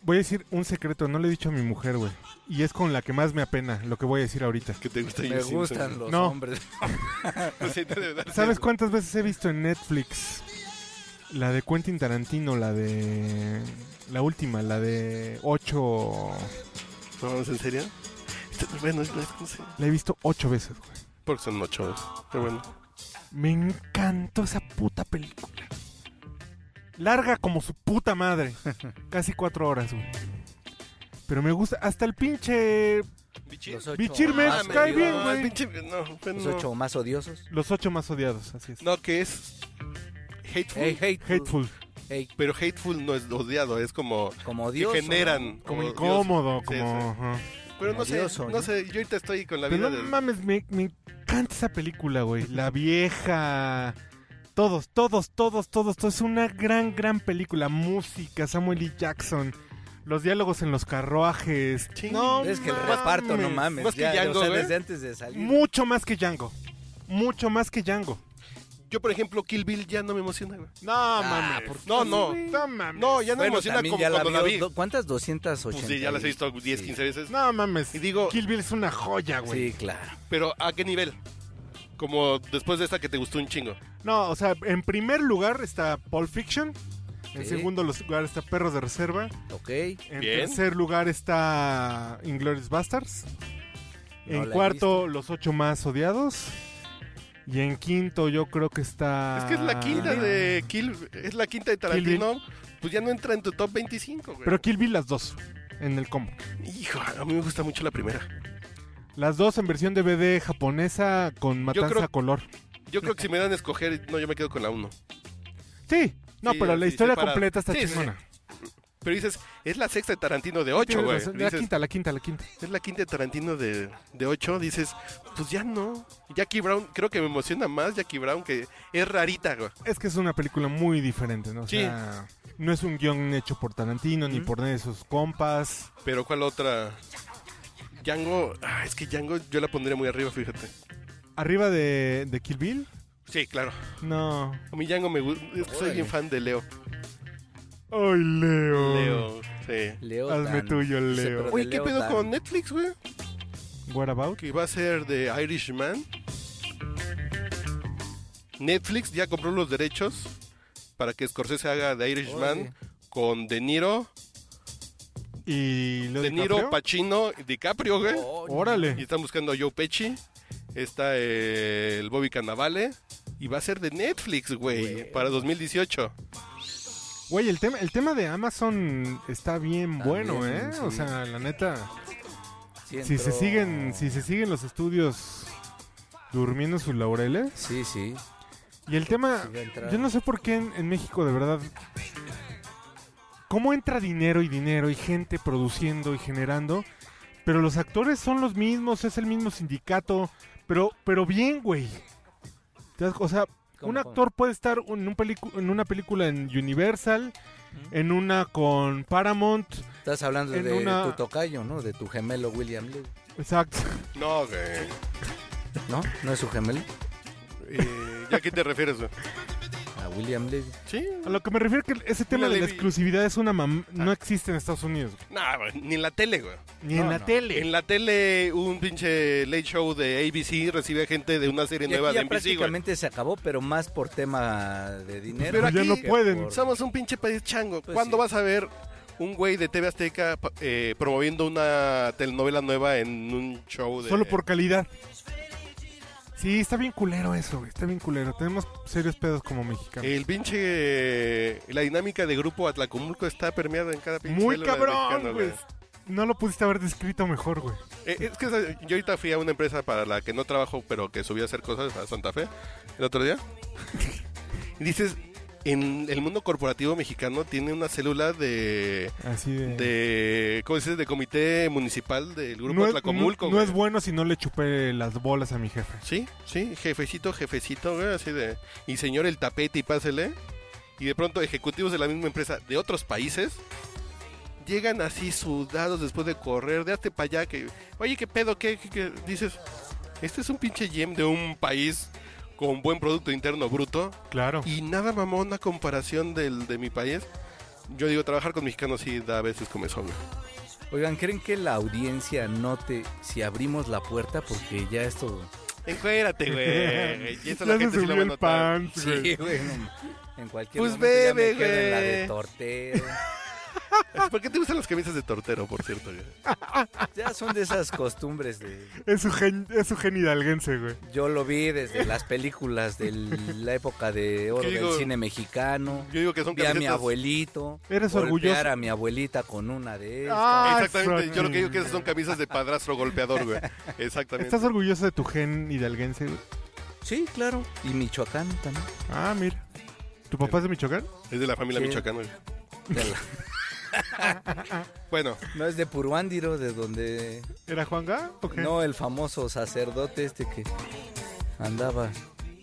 Speaker 1: Voy a decir un secreto, no le he dicho a mi mujer, güey. Y es con la que más me apena lo que voy a decir ahorita.
Speaker 5: Que te gusta
Speaker 3: Me
Speaker 5: <laughs>
Speaker 3: gustan los
Speaker 1: No.
Speaker 3: hombres.
Speaker 1: ¿Sabes cuántas veces he visto en Netflix? La de Quentin Tarantino, la de. La última, la de 8.
Speaker 5: No, vamos, ¿en serio? Este- Bueno, no, no sé.
Speaker 1: La he visto ocho veces, güey.
Speaker 5: Porque son ocho. güey. Pero bueno.
Speaker 1: Me encantó esa puta película. Larga como su puta madre. Casi cuatro horas, güey. Pero me gusta. Hasta el pinche.
Speaker 3: Los ocho
Speaker 1: Bichir Ah, me
Speaker 3: más
Speaker 1: cae bien,
Speaker 3: odiosos.
Speaker 5: No,
Speaker 1: güey.
Speaker 5: pinche- no, pues
Speaker 3: Los
Speaker 5: no.
Speaker 3: ocho más odiosos.
Speaker 1: Los ocho más odiados, así es.
Speaker 5: No, que es hateful.
Speaker 3: Hey, hateful.
Speaker 1: Hateful.
Speaker 3: Hey,
Speaker 5: Pero hateful no es odiado, es como
Speaker 3: como
Speaker 5: que
Speaker 3: odioso.
Speaker 5: generan.
Speaker 1: Como
Speaker 5: o-
Speaker 1: incómodo,
Speaker 5: Sí,
Speaker 1: como.
Speaker 5: sí.
Speaker 1: ajá.
Speaker 5: Pero no
Speaker 3: Como
Speaker 5: sé,
Speaker 3: odioso, ¿eh?
Speaker 5: no
Speaker 3: ¿no?
Speaker 5: sé, yo ahorita estoy con la
Speaker 1: Pero
Speaker 5: vida
Speaker 1: no
Speaker 5: de-
Speaker 1: mames, me, me encanta esa película, güey. La vieja. Todos, todos, todos, todos, todos. Es una gran, gran película. Música, Samuel E. Jackson. Los diálogos en los carruajes.
Speaker 5: Ching.
Speaker 1: No
Speaker 3: Es que el
Speaker 1: mames.
Speaker 3: reparto, no mames.
Speaker 5: Más que
Speaker 3: ya,
Speaker 5: Django,
Speaker 3: o sea,
Speaker 5: ¿eh?
Speaker 3: desde antes de salir.
Speaker 1: Mucho más que Django. Mucho más que Django.
Speaker 5: Yo, por ejemplo, Kill Bill ya no me emociona, güey.
Speaker 1: No mames.
Speaker 5: Ah, ¿por qué, No, no. güey?
Speaker 1: No mames.
Speaker 5: No, ya no me
Speaker 3: Bueno,
Speaker 5: emociona
Speaker 3: también
Speaker 5: como
Speaker 3: ya la
Speaker 5: cuando la
Speaker 3: vio
Speaker 5: vi.
Speaker 3: do- ¿Cuántas? 280.
Speaker 5: Pues sí, ya las he visto 10,
Speaker 3: Sí.
Speaker 5: 15 veces.
Speaker 1: No mames.
Speaker 5: Y digo-
Speaker 1: Kill Bill es una joya, güey.
Speaker 3: Sí, claro.
Speaker 5: Pero ¿a qué nivel? Como después de esta que te gustó un chingo.
Speaker 1: No, o sea, en primer lugar está Pulp Fiction. En
Speaker 3: Sí.
Speaker 1: segundo lugar está Perros de Reserva.
Speaker 3: Ok.
Speaker 1: En
Speaker 5: Bien.
Speaker 1: tercer lugar está Inglourious Basterds.
Speaker 3: No la
Speaker 1: en
Speaker 3: he
Speaker 1: cuarto, los ocho más odiados. Y en quinto, yo creo que está.
Speaker 5: Es que es la quinta de Kill, es la quinta de
Speaker 1: Bill.
Speaker 5: Tarantino, pues ya no entra en tu top 25, güey.
Speaker 1: Pero Kill Bill, las dos. En el combo.
Speaker 5: Hijo, a mí me gusta mucho la primera.
Speaker 1: Las dos en versión DVD japonesa con matanza
Speaker 5: creo-
Speaker 1: a color.
Speaker 5: Yo creo que si me dan a escoger, no, yo me quedo con la 1.
Speaker 1: Sí, no,
Speaker 5: Sí,
Speaker 1: pero la
Speaker 5: sí,
Speaker 1: historia
Speaker 5: separado.
Speaker 1: completa está
Speaker 5: Sí, sí, sí.
Speaker 1: chingona.
Speaker 5: Pero dices, es la sexta de Tarantino de 8,
Speaker 1: Tienes
Speaker 5: güey.
Speaker 1: razón, la
Speaker 5: Dices,
Speaker 1: quinta, la quinta, la quinta.
Speaker 5: es la quinta de Tarantino de, de 8. Dices, pues ya no. Jackie Brown, creo que me emociona más Jackie Brown, que es rarita, güey.
Speaker 1: Es que es una película muy diferente, ¿no? O
Speaker 5: Sí.
Speaker 1: sea, no es un guión hecho por Tarantino ni por nadie de sus compas.
Speaker 5: Pero ¿cuál otra? Django, ah, es que Django yo la pondría muy arriba, fíjate.
Speaker 1: Arriba de, de Kill Bill,
Speaker 5: Sí, claro.
Speaker 1: no.
Speaker 5: A mí Django me gusta, es que soy bien fan de Leo.
Speaker 1: Ay, Leo.
Speaker 5: Leo, sí.
Speaker 3: Leo
Speaker 1: Hazme
Speaker 3: Dan.
Speaker 1: tuyo,
Speaker 3: No sé,
Speaker 1: Leo.
Speaker 3: pero Mm. de
Speaker 5: Oye, ¿qué
Speaker 3: Leo
Speaker 5: pedo
Speaker 3: Dan.
Speaker 5: con Netflix, güey?
Speaker 1: What about?
Speaker 5: Que va a ser de Irishman. Netflix ya compró los derechos para que Scorsese haga de Irishman
Speaker 3: Órale.
Speaker 5: con De Niro,
Speaker 1: Y lo
Speaker 5: De Niro, Pacino, y DiCaprio, güey.
Speaker 3: Oh,
Speaker 5: Y
Speaker 1: Órale.
Speaker 5: están buscando a Joe Pesci. Está eh, el Bobby Cannavale. Y va a ser de Netflix, güey. Para 2018.
Speaker 1: Güey, el tema, el tema de Amazon está bien
Speaker 3: También,
Speaker 1: bueno, ¿eh?
Speaker 3: sí.
Speaker 1: O sea, la neta.
Speaker 3: sí
Speaker 1: Si se
Speaker 3: entró.
Speaker 1: siguen, si se siguen los estudios durmiendo sus laureles.
Speaker 3: Sí, sí.
Speaker 1: Y el tema,
Speaker 3: Sí va a entrar.
Speaker 1: yo no sé por qué en, en México de verdad, cómo entra dinero y dinero y gente produciendo y generando, pero los actores son los mismos, es el mismo sindicato, pero, pero bien, güey. Te das- O sea,
Speaker 3: ¿Cómo,
Speaker 1: un
Speaker 3: cómo?
Speaker 1: actor puede estar en, un pelicu- en una película en Universal, en una con Paramount,
Speaker 3: Estás hablando
Speaker 1: En
Speaker 3: de
Speaker 1: una-
Speaker 3: tu tocayo, ¿no? De tu gemelo William Leo.
Speaker 1: exacto.
Speaker 5: No, güey.
Speaker 3: ¿No? ¿No es su gemelo?
Speaker 5: Eh, ¿Ya a qué te refieres, güey?
Speaker 3: A William Leo.
Speaker 5: Sí.
Speaker 1: A lo que me refiero que ese tema
Speaker 5: Una
Speaker 1: de la
Speaker 5: ley-
Speaker 1: exclusividad es una mam-
Speaker 3: Ah.
Speaker 1: no existe en Estados Unidos, güey,
Speaker 5: Nah, güey, ni en la tele, güey.
Speaker 1: ni en la tele.
Speaker 5: En la tele, un pinche late show de ABC recibe gente de una serie
Speaker 3: Y
Speaker 5: nueva
Speaker 3: aquí
Speaker 5: de
Speaker 3: ya
Speaker 5: NBC, güey.
Speaker 3: prácticamente se acabó, pero más por tema de dinero.
Speaker 5: Pero
Speaker 1: Pues ya
Speaker 5: aquí-
Speaker 1: no
Speaker 3: que
Speaker 1: pueden.
Speaker 3: por-
Speaker 5: Somos un pinche país chango.
Speaker 3: Pues
Speaker 5: ¿Cuándo
Speaker 3: sí.
Speaker 5: vas a ver un güey de TV Azteca pa- eh, promoviendo una telenovela nueva en un show de.
Speaker 1: Solo por calidad. Sí, está bien culero eso, güey. Está bien culero. Tenemos serios pedos como mexicanos.
Speaker 5: El pinche. La dinámica de grupo Atlacomulco está permeada en cada pinche.
Speaker 1: Muy
Speaker 5: célula mexicana,
Speaker 1: cabrón, güey. No lo pudiste haber descrito mejor, güey.
Speaker 5: Eh, es que ¿sabes? yo ahorita fui a una empresa para la que no trabajo, pero que subí a hacer cosas a Santa Fe el otro
Speaker 1: <laughs>
Speaker 5: día. y dices. En el mundo corporativo mexicano tiene una célula de.
Speaker 1: Así de.
Speaker 5: de ¿Cómo dices? De comité municipal del grupo
Speaker 1: no, es,
Speaker 5: Atlacomulco.
Speaker 1: no- no
Speaker 5: güey.
Speaker 1: es bueno si no le chupé las bolas a mi jefe.
Speaker 5: Sí, sí, jefecito, jefecito, güey, así de. Y señor, el tapete y pásele. Y de pronto, ejecutivos de la misma empresa de otros países llegan así sudados después de correr, de hasta para allá. Que, Oye, ¿qué pedo? ¿Qué, qué- qué?". Dices, este es un pinche gem de un país con buen Producto Interno Bruto.
Speaker 1: Claro.
Speaker 5: Y nada mamón una comparación del, de mi país. Yo digo, trabajar con mexicanos sí da a veces comezón. güey.
Speaker 3: Oigan, ¿creen que la audiencia note si abrimos la puerta? Porque ya esto...
Speaker 5: Encuérate, güey. <laughs> Y eso la
Speaker 1: ya se
Speaker 5: gente sí
Speaker 1: subió
Speaker 5: lo va a
Speaker 1: el
Speaker 5: notar.
Speaker 1: pan, güey.
Speaker 3: Sí, güey. no, En cualquier
Speaker 5: Pues
Speaker 3: momento ya me
Speaker 5: bebe,
Speaker 3: quedo en la de
Speaker 5: güey.
Speaker 3: tortero.
Speaker 5: ¿Por qué te gustan las camisas de tortero, por cierto? güey?
Speaker 3: Ya son de esas costumbres de...
Speaker 1: Es su gen, es su gen hidalguense, güey.
Speaker 3: Yo lo vi desde las películas de la época de oro
Speaker 5: Yo digo-
Speaker 3: del cine mexicano.
Speaker 5: Yo digo que son
Speaker 3: Vi a mi
Speaker 5: camisetas.
Speaker 3: abuelito.
Speaker 1: Eres
Speaker 3: golpear
Speaker 1: orgulloso.
Speaker 3: a mi abuelita con una de estas.
Speaker 1: Ah,
Speaker 5: Exactamente, yo lo que digo que esas
Speaker 1: eso
Speaker 5: son camisas de padrastro golpeador, güey. Exactamente.
Speaker 1: ¿Estás orgulloso de tu gen hidalguense, güey?
Speaker 3: Sí, claro. Y Michoacán también.
Speaker 1: <laughs> Ah, mira. ¿Tu papá es de Michoacán?
Speaker 5: Es de la familia
Speaker 3: Sí.
Speaker 5: michoacana. güey.
Speaker 3: De la-
Speaker 5: Bueno,
Speaker 3: No es de Puruándiro, de donde...
Speaker 1: ¿Era Juanga? ¿O qué?
Speaker 3: No, el famoso sacerdote este que andaba...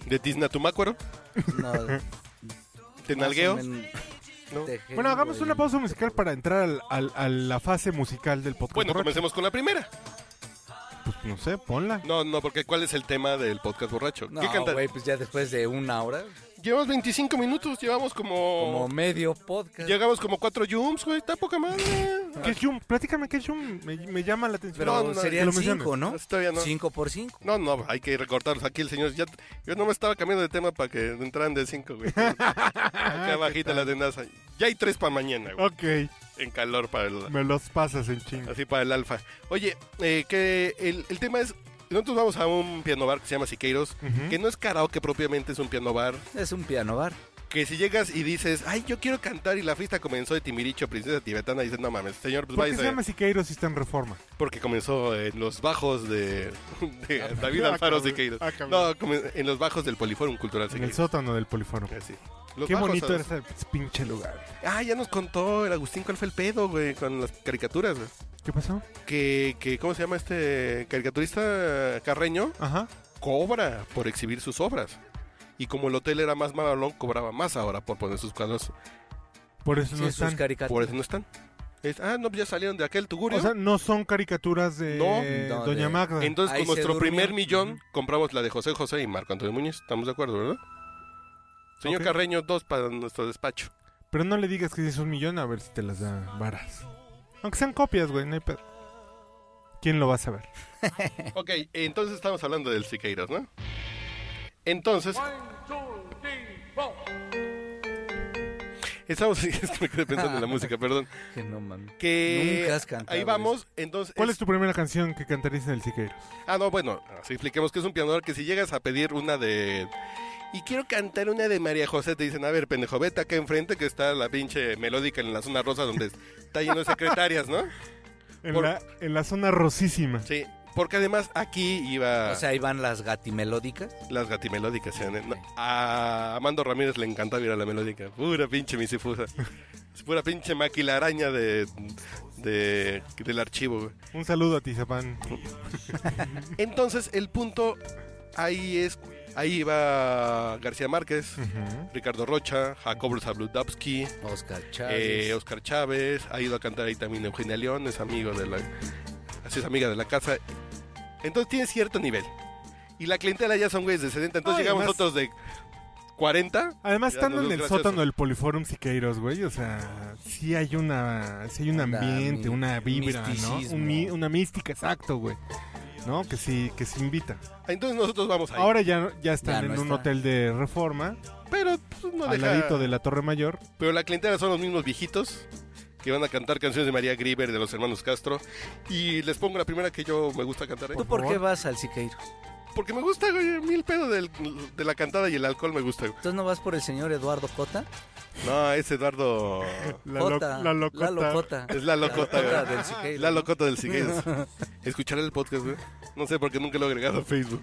Speaker 5: de Tiznatumácuaro,
Speaker 3: No,
Speaker 5: te nalgueo.
Speaker 3: más o menos,
Speaker 5: ¿no?
Speaker 3: tejé,
Speaker 1: Bueno, hagamos
Speaker 3: güey.
Speaker 1: una pausa musical para entrar al- al- a la fase musical del podcast.
Speaker 5: Bueno,
Speaker 1: borracho.
Speaker 5: comencemos con la primera.
Speaker 1: Pues no sé, ponla.
Speaker 5: No, no, porque ¿cuál es el tema del podcast borracho?
Speaker 3: No,
Speaker 5: ¿Qué canta-
Speaker 3: güey, pues ya después de una hora,
Speaker 5: Llevamos 25 minutos, llevamos como...
Speaker 3: como medio podcast.
Speaker 5: Llegamos como cuatro jumps, güey, está poca madre.
Speaker 1: ¿Qué Shum? Platícame qué Shum. Me, me llama la atención.
Speaker 3: Pero
Speaker 1: lo
Speaker 5: no,
Speaker 3: serían
Speaker 1: menciono.
Speaker 3: cinco, ¿no?
Speaker 5: Todavía no.
Speaker 3: Cinco por cinco.
Speaker 5: No, no, hay que recortarlos. Aquí el señor ya... Yo no me estaba cambiando de tema para que entraran de cinco,
Speaker 1: <laughs>
Speaker 5: güey.
Speaker 1: Ah,
Speaker 5: Acá bajita la tenaza. Ya hay tres para mañana, güey.
Speaker 1: Ok,
Speaker 5: En calor para el...
Speaker 1: Oh. me los pasas en chinga.
Speaker 5: Así para el alfa. Oye, eh, que el, el tema es, nosotros vamos a un piano bar que se llama Siqueiros,
Speaker 1: Ujú.
Speaker 5: que no es karaoke propiamente, es un piano bar,
Speaker 3: Es un piano bar.
Speaker 5: que si llegas y dices, ay, yo quiero cantar y la fiesta comenzó de Timiricho, Princesa Tibetana, dices, no mames, señor, pues
Speaker 1: ¿Por qué se
Speaker 5: váyase.
Speaker 1: llama Siqueiros si está en reforma?
Speaker 5: Porque comenzó en los bajos de, de David
Speaker 1: ah,
Speaker 5: Alfaro
Speaker 1: cabrón,
Speaker 5: Siqueiros.
Speaker 1: ah, cabrón.
Speaker 5: No, comen- en los bajos del Poliforum Cultural
Speaker 1: En el
Speaker 5: Siqueiros.
Speaker 1: sótano del polifono.
Speaker 5: Así. Los
Speaker 1: Qué
Speaker 5: bajos,
Speaker 1: bonito
Speaker 5: ¿sabes?
Speaker 1: era ese pinche lugar.
Speaker 5: Ah, ya nos contó el Agustín cuál fue el pedo, güey, con las caricaturas, güey.
Speaker 1: ¿Qué pasó?
Speaker 5: Que, que, ¿cómo se llama este caricaturista Carreño?
Speaker 1: Ajá.
Speaker 5: Cobra por exhibir sus obras. Y como el hotel era más mamalón, cobraba más ahora por poner sus cuadros.
Speaker 1: Por eso
Speaker 3: Sí,
Speaker 1: no
Speaker 3: sus
Speaker 1: están.
Speaker 3: caricaturas.
Speaker 5: Por eso no están. Es- ah, no, ya salieron de aquel tugurio.
Speaker 1: O sea, no son caricaturas de
Speaker 5: No,
Speaker 3: no,
Speaker 1: Doña
Speaker 3: de-
Speaker 1: Magda.
Speaker 5: Entonces,
Speaker 3: Ahí
Speaker 5: con
Speaker 3: se
Speaker 5: nuestro
Speaker 3: durmió.
Speaker 5: primer millón, compramos la de José José y Marco Antonio Muñoz. Estamos de acuerdo, ¿verdad? Señor
Speaker 1: Ok.
Speaker 5: Carreño, dos para nuestro
Speaker 3: <laughs>
Speaker 5: despacho.
Speaker 1: Pero no le digas que es un millón a ver si te las da varas. Aunque sean copias, güey, no hay pedo. ¿Quién lo va a saber?
Speaker 5: ok, entonces estamos hablando del Siqueiros, ¿no? Entonces. Estamos. <laughs> Es que me quedé pensando en la música, perdón.
Speaker 3: Que no mames.
Speaker 5: Que.
Speaker 3: Nunca has cantado
Speaker 5: Ahí vamos, entonces.
Speaker 1: ¿Cuál es tu primera canción que cantarías en el Siqueiros?
Speaker 5: Ah, no, bueno, así expliquemos que es un pianador que si llegas a pedir una de... Y quiero cantar una de María José, te dicen, a ver, pendejo, vete acá enfrente que está la pinche melódica en la zona rosa donde está lleno de secretarias, ¿no?
Speaker 1: En,
Speaker 5: Por-
Speaker 1: la, en la zona rosísima.
Speaker 5: Sí, porque además aquí iba
Speaker 3: O sea, ahí van las gatimelódicas.
Speaker 5: las gatimelódicas. ¿sí? No, a Amando Ramírez le encantaba ir a la melódica, pura pinche misifusa. Es Pura pinche maquilaraña de, de- del archivo, güey.
Speaker 1: Un saludo a Tizapán.
Speaker 5: Entonces, el punto ahí es... Ahí iba García Márquez,
Speaker 1: Ujú.
Speaker 5: Ricardo Rocha, Jacob Zabludowski,
Speaker 3: Oscar Chávez.
Speaker 5: eh, Oscar Chávez, ha ido a cantar ahí también Eugenia León, es amigo de la, así es amiga de la casa. Entonces tiene cierto nivel. Y la clientela ya son güeyes de 70, entonces
Speaker 1: Ay,
Speaker 5: llegamos
Speaker 1: además-
Speaker 5: nosotros de 40.
Speaker 1: Además,
Speaker 5: Ya,
Speaker 1: estando
Speaker 5: no
Speaker 1: en
Speaker 5: seas
Speaker 1: el
Speaker 5: gracioso.
Speaker 1: sótano del Poliforum Siqueiros, güey, o sea, sí hay una, sí hay un
Speaker 3: Onda,
Speaker 1: ambiente,
Speaker 3: mi-
Speaker 1: una vibra, ¿no?
Speaker 3: misticismo.
Speaker 1: Un mi- una mística, exacto, güey. ¿No? Que sí, que se invita.
Speaker 5: Entonces nosotros vamos ahí.
Speaker 1: Ahora ya, ya están
Speaker 3: Ya no
Speaker 1: en un
Speaker 3: está.
Speaker 1: hotel de reforma,
Speaker 5: pero pues, no
Speaker 1: al
Speaker 5: deja-
Speaker 1: ladito de la Torre Mayor.
Speaker 5: Pero la clientela son los mismos viejitos que van a cantar canciones de María Grieber, de los hermanos Castro. Y les pongo la primera que yo me gusta cantar. ¿eh?
Speaker 3: ¿Tú por
Speaker 1: favor.
Speaker 3: qué vas al Siqueiros?
Speaker 5: Porque me gusta, güey, mil pedo del- de la cantada y el alcohol me gusta. güey.
Speaker 3: ¿Entonces no vas por el señor Eduardo Cota?
Speaker 5: No, es Eduardo...
Speaker 1: La,
Speaker 3: Cota,
Speaker 1: lo- la locota.
Speaker 3: locota.
Speaker 5: Es la locota,
Speaker 3: La locota
Speaker 5: güey.
Speaker 3: del Siqueiros.
Speaker 5: La locota del Siqueiros. Escuchar el podcast, güey. No sé por qué nunca lo he agregado a Facebook.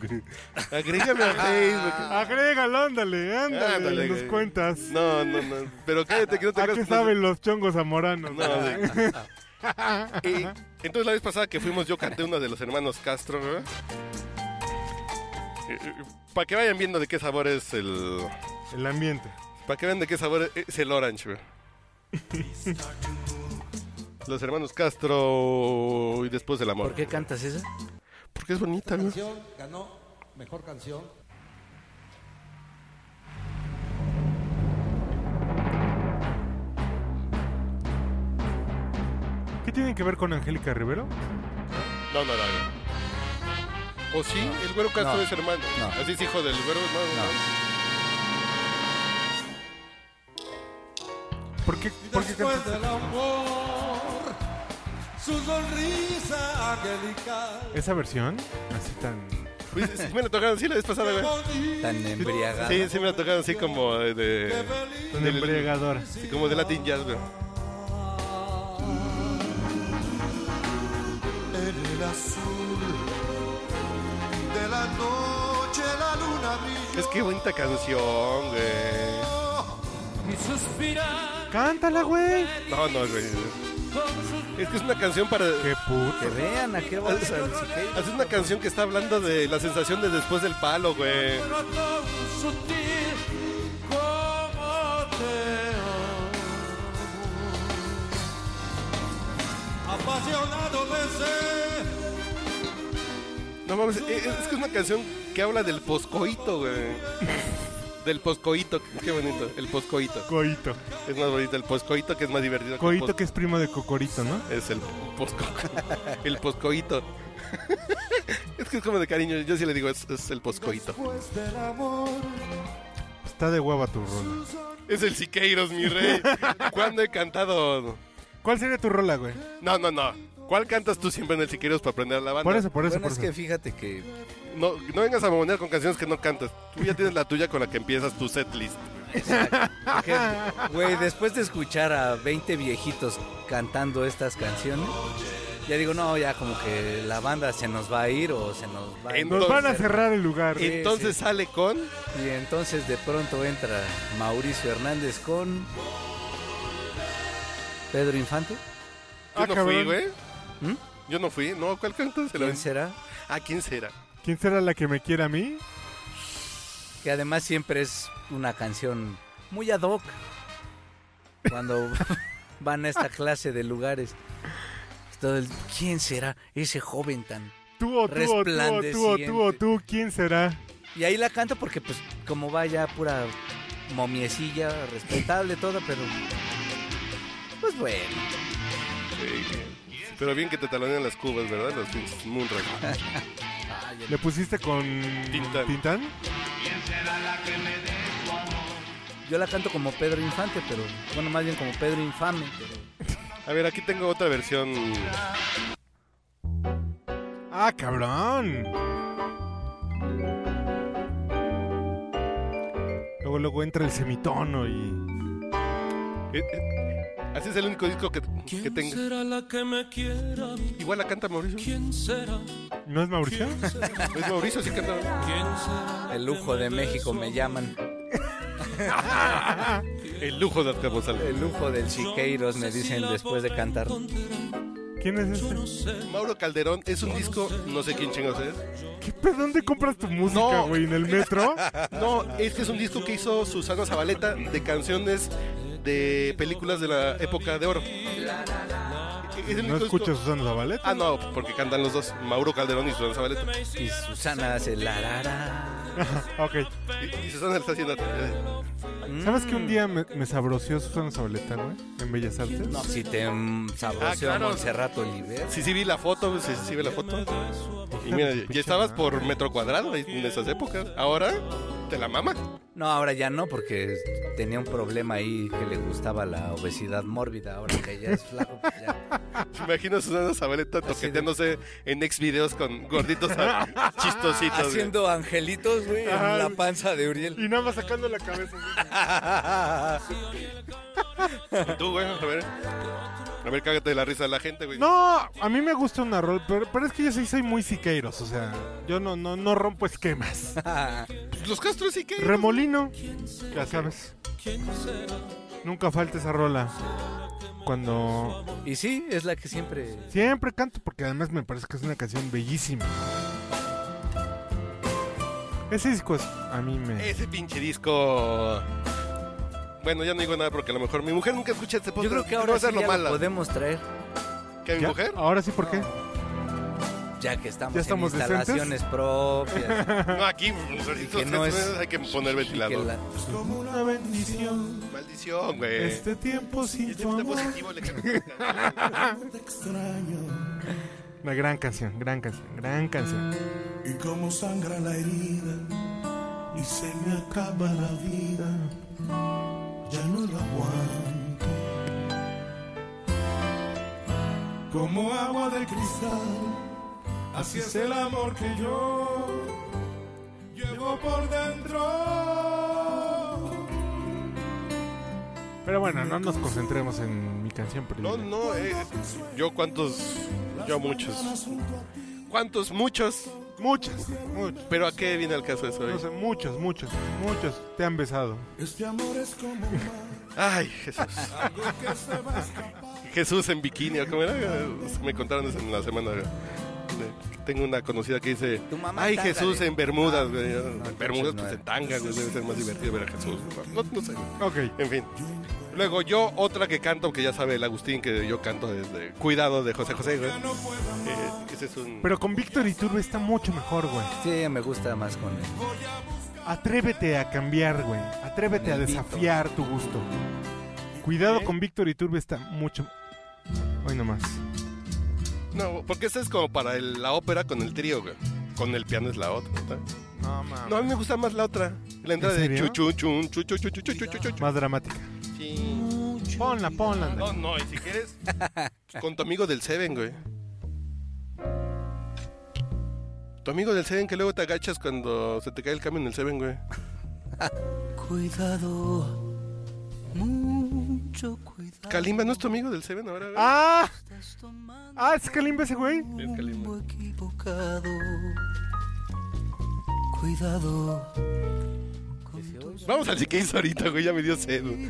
Speaker 5: Agrégame
Speaker 3: Ah.
Speaker 5: a Facebook.
Speaker 1: Agrégalo, ándale, ándale,
Speaker 5: Ándale,
Speaker 1: nos
Speaker 5: güey.
Speaker 1: cuentas.
Speaker 5: No, no, no. Pero cállate que no te
Speaker 1: ¿A
Speaker 5: creas-
Speaker 1: qué saben los chongos zamoranos?
Speaker 5: No,
Speaker 1: <laughs>
Speaker 5: güey. Y entonces la vez pasada que fuimos yo canté una de los hermanos Castro, ¿verdad? Eh, Para que vayan viendo de qué sabor es el...
Speaker 1: El ambiente.
Speaker 5: Para que vean de qué sabor es el orange, güey. Los hermanos Castro y después del amor.
Speaker 3: ¿Por qué cantas esa?
Speaker 5: Porque es bonita, güey.
Speaker 8: canción ganó mejor canción.
Speaker 1: ¿Qué tienen que ver con Angélica Rivero?
Speaker 5: No, no, no. no. ¿O sí? El güero Castro
Speaker 3: No.
Speaker 5: es hermano.
Speaker 3: No.
Speaker 5: Así es hijo del güero. No, no, no.
Speaker 1: ¿Por qué?
Speaker 8: Y
Speaker 1: ¿Por qué
Speaker 8: después
Speaker 1: cantas?
Speaker 8: del amor, su sonrisa angelical.
Speaker 1: esa versión? Así tan...
Speaker 5: Pues, sí me la tocaron así la vez pasada, güey.
Speaker 3: Tan embriagada.
Speaker 5: Sí, sí me la tocaron así como eh, de...
Speaker 1: tan embriagadora.
Speaker 5: sí, como de Latin Jazz, güey.
Speaker 8: En el azul de la noche la luna brilló.
Speaker 5: Es que bonita canción, güey.
Speaker 8: Y suspira
Speaker 1: ¡Cántala, güey!
Speaker 5: No, no, güey. Es que es una canción para...
Speaker 1: ¡Qué
Speaker 3: Que
Speaker 1: puto!
Speaker 3: vean a qué vas al Siqueiros.
Speaker 5: Es una canción que está hablando de la sensación de después del palo, güey.
Speaker 8: pero tan sutil como te amo. Apasionado besé.
Speaker 5: No mames, eh, eh, es que es una canción que habla del poscoito, güey. Del poscoito, qué bonito. El poscoito.
Speaker 1: Coito.
Speaker 5: Es más bonito el poscoito que es más divertido. que el
Speaker 1: Coito que es primo de Cocorito, ¿no?
Speaker 5: Es el posco, <laughs> el poscoito. <laughs> es que es como de cariño. Yo sí le digo, es, es el poscoito.
Speaker 8: Después del amor,
Speaker 1: Está de hueva tu rola.
Speaker 5: Es el Siqueiros,
Speaker 1: <laughs>
Speaker 5: mi rey. ¿Cuándo he cantado?
Speaker 1: ¿Cuál sería tu rola, güey?
Speaker 5: No, no, no. ¿Cuál cantas tú siempre en el Siqueiros para aprender la banda?
Speaker 1: Por eso, por eso,
Speaker 3: Bueno,
Speaker 1: por
Speaker 3: es
Speaker 1: eso.
Speaker 3: que fíjate que
Speaker 1: <laughs>
Speaker 5: No, no vengas a mamonear con canciones que no cantas. Tú ya tienes la tuya con la que empiezas tu setlist.
Speaker 3: Exacto. Güey, después de escuchar a 20 viejitos cantando estas canciones, ya digo, no, ya como que la banda se nos va a ir o se nos va a ir.
Speaker 1: Nos van a cerrar el lugar.
Speaker 3: Sí,
Speaker 5: Entonces
Speaker 3: sí.
Speaker 5: sale con.
Speaker 3: Y entonces de pronto entra Mauricio Hernández con Pedro Infante.
Speaker 5: Yo
Speaker 1: Ah,
Speaker 5: no fui,
Speaker 1: cabrón.
Speaker 5: güey.
Speaker 3: ¿Mm?
Speaker 5: Yo no fui. No, ¿cuál canto se lo
Speaker 3: ¿Quién será?
Speaker 5: ¿A quién será?
Speaker 1: ¿Quién será la que me quiera a mí?
Speaker 3: Que además siempre es una canción muy ad hoc cuando van a esta clase de lugares. Todo el- ¿Quién será ese joven tan...?
Speaker 1: Tú o tú o tú o tú o tú o
Speaker 3: Resplandeciente.
Speaker 1: tú, ¿quién será?
Speaker 3: Y ahí la canto porque pues como va ya pura momiecilla, respetable toda, pero... Pues bueno,
Speaker 5: Sí. Pero bien que te talonean las cubas, ¿verdad? Los pinches Moonrock.
Speaker 1: ¿Le pusiste con
Speaker 5: Tintán.
Speaker 1: Tintán?
Speaker 3: yo la canto como Pedro Infante, pero... Bueno, más bien como Pedro Infame, pero...
Speaker 5: A ver, aquí tengo otra versión.
Speaker 1: Ah, cabrón. Luego luego entra el semitono y
Speaker 5: Eh, eh, Así es el único disco que, que tengo. Igual la canta Mauricio.
Speaker 1: ¿no es Mauricio?
Speaker 5: Es Mauricio, sí canta.
Speaker 3: El lujo de México me llaman.
Speaker 5: El lujo de Arturo González.
Speaker 3: El lujo del Siqueiros me dicen después de cantar.
Speaker 1: ¿Quién es este?
Speaker 5: Mauro Calderón es un disco, no sé quién chingados es.
Speaker 1: ¿Qué pe- dónde compras tu música,
Speaker 5: No.
Speaker 1: güey? ¿En el metro?
Speaker 5: No, este es un disco que hizo Susana Zabaleta de canciones de películas de la época de oro. Es el
Speaker 1: No
Speaker 5: único
Speaker 1: escucho a
Speaker 5: disco-
Speaker 1: Susana Zabaleta. <laughs>
Speaker 5: Ah, no, porque cantan los dos, Mauro Calderón y Susana Zabaleta.
Speaker 3: Y Susana hace la ra, ra.
Speaker 1: Ok.
Speaker 5: Y, y Susana le está haciendo. eh,
Speaker 1: ¿Sabes que un día me, me sabroció Susana Zabaleta, güey? En Bellas Artes.
Speaker 3: No, si te mm, sabroseó
Speaker 5: Ah, claro.
Speaker 3: Montserrat Oliver.
Speaker 5: Sí, sí vi la foto, sí, sí vi la foto. Y mira, ya estabas por metro cuadrado ahí en esas épocas. Ahora te la mama.
Speaker 3: No, ahora ya no, porque tenía un problema ahí que le gustaba la obesidad mórbida. Ahora que ya es flaco, pues
Speaker 5: <laughs>
Speaker 3: ya.
Speaker 5: Te imagino a Susana Zabaleta
Speaker 3: de-
Speaker 5: toqueteándose en ex videos con gorditos ah, chistositos. güey.
Speaker 3: Haciendo angelitos, güey, en la panza de Uriel.
Speaker 1: Y nada más sacando la cabeza. así.
Speaker 5: Tú, güey, a ver. A ver, cágate de la risa de la gente, güey.
Speaker 1: No, a mí me gusta una rol, pero, pero es que yo sí soy muy siqueiros, o sea, yo no, no, no rompo <laughs> esquemas.
Speaker 5: Los Castro sí que.
Speaker 1: Remolino, ya sabes. Nunca falta esa rola. Cuando
Speaker 3: <laughs> Y sí, es la que siempre.
Speaker 1: siempre canto, porque además me parece que es una canción bellísima. Ese disco es, a mí me.
Speaker 5: Ese pinche disco. Bueno, ya no digo nada porque a lo mejor mi mujer nunca escucha este
Speaker 3: Yo
Speaker 5: podcast.
Speaker 3: creo que
Speaker 5: No va
Speaker 3: ahora
Speaker 5: a
Speaker 3: sí
Speaker 5: ser lo
Speaker 3: ya
Speaker 5: mala.
Speaker 3: lo podemos traer,
Speaker 5: ¿Que mi
Speaker 1: ¿Ya?
Speaker 5: mujer?
Speaker 1: Ahora sí, ¿por qué?
Speaker 3: ya que estamos,
Speaker 1: ¿Ya estamos
Speaker 3: en
Speaker 1: decentes?
Speaker 3: instalaciones
Speaker 5: <laughs>
Speaker 3: propias.
Speaker 5: No, aquí. pues, estos
Speaker 3: que no
Speaker 5: tres
Speaker 3: es-
Speaker 5: meses Hay que poner
Speaker 3: y que
Speaker 5: ventilador.
Speaker 3: la-
Speaker 1: Como una bendición.
Speaker 5: Maldición, güey.
Speaker 1: Este tiempo sin
Speaker 5: Este
Speaker 1: tu
Speaker 5: está
Speaker 1: amor.
Speaker 5: positivo, le cambia.
Speaker 1: Una gran canción, gran canción, gran canción.
Speaker 8: Y como sangra la herida y se me acaba la vida, ya no la aguanto. Como agua de cristal, así es el amor que yo llevo por dentro.
Speaker 1: Pero bueno, no nos concentremos en mi canción
Speaker 5: No,
Speaker 1: predilecta.
Speaker 5: no, eh, yo cuántos, yo muchos. ¿Cuántos? Muchos.
Speaker 1: Muchas, muchas.
Speaker 5: ¿Pero a qué viene el caso de eso? eh?
Speaker 1: No sé, muchos, muchos, muchos te han besado.
Speaker 8: Este amor es como un mar.
Speaker 5: Ay, Jesús. Jesús en bikini, ¿o ¿cómo era? Me contaron eso en la semana. güey. De- Tengo una conocida que dice,
Speaker 3: Tu mamá
Speaker 5: ay
Speaker 3: en tanga,
Speaker 5: Jesús
Speaker 3: güey".
Speaker 5: en Bermudas, güey. en
Speaker 3: entonces
Speaker 5: Bermudas
Speaker 3: no
Speaker 5: pues
Speaker 3: era.
Speaker 5: en tanga, güey, debe ser más divertido ver a Jesús. No, no sé. güey.
Speaker 1: Ok,
Speaker 5: En fin. Luego yo otra que canto, que ya sabe el Agustín, que yo canto desde Cuidado de José José, güey. Eh, ese es un...
Speaker 1: pero con Víctor Iturbe está mucho mejor, güey.
Speaker 3: Sí, me gusta más con él.
Speaker 1: Atrévete a cambiar, güey. Atrévete a
Speaker 3: Con el
Speaker 1: desafiar tu gusto. Cuidado con Víctor Iturbe está mucho. Hoy nomás.
Speaker 5: No, porque este es como para el- la ópera con el trío, güey. Con el piano es la otra. ¿verdad?
Speaker 1: No, mames.
Speaker 5: No, a mí me gusta más la otra. La entrada
Speaker 1: ¿En
Speaker 5: de
Speaker 1: serio?
Speaker 5: chu chu chun, chu chu chu chu chu chu chu chu, chu.
Speaker 1: Más dramática.
Speaker 5: Sí.
Speaker 1: Ponla, ponla.
Speaker 5: No,
Speaker 1: anda.
Speaker 5: no, y
Speaker 1: <laughs>
Speaker 5: si quieres, con tu amigo del Seven, güey. Tu amigo del Seven que luego te agachas cuando se te cae el cambio en el Seven, güey.
Speaker 8: Cuidado, mucho cuidado.
Speaker 5: Kalimba no es tu amigo del Seven ahora. güey?
Speaker 1: ¡Ah! ¡Ah, es Kalimba ese güey!
Speaker 5: Es Kalimba.
Speaker 8: rumbo equivocado. Cuidado.
Speaker 5: Vamos al que hizo ahorita, güey, ya me dio sed. güey.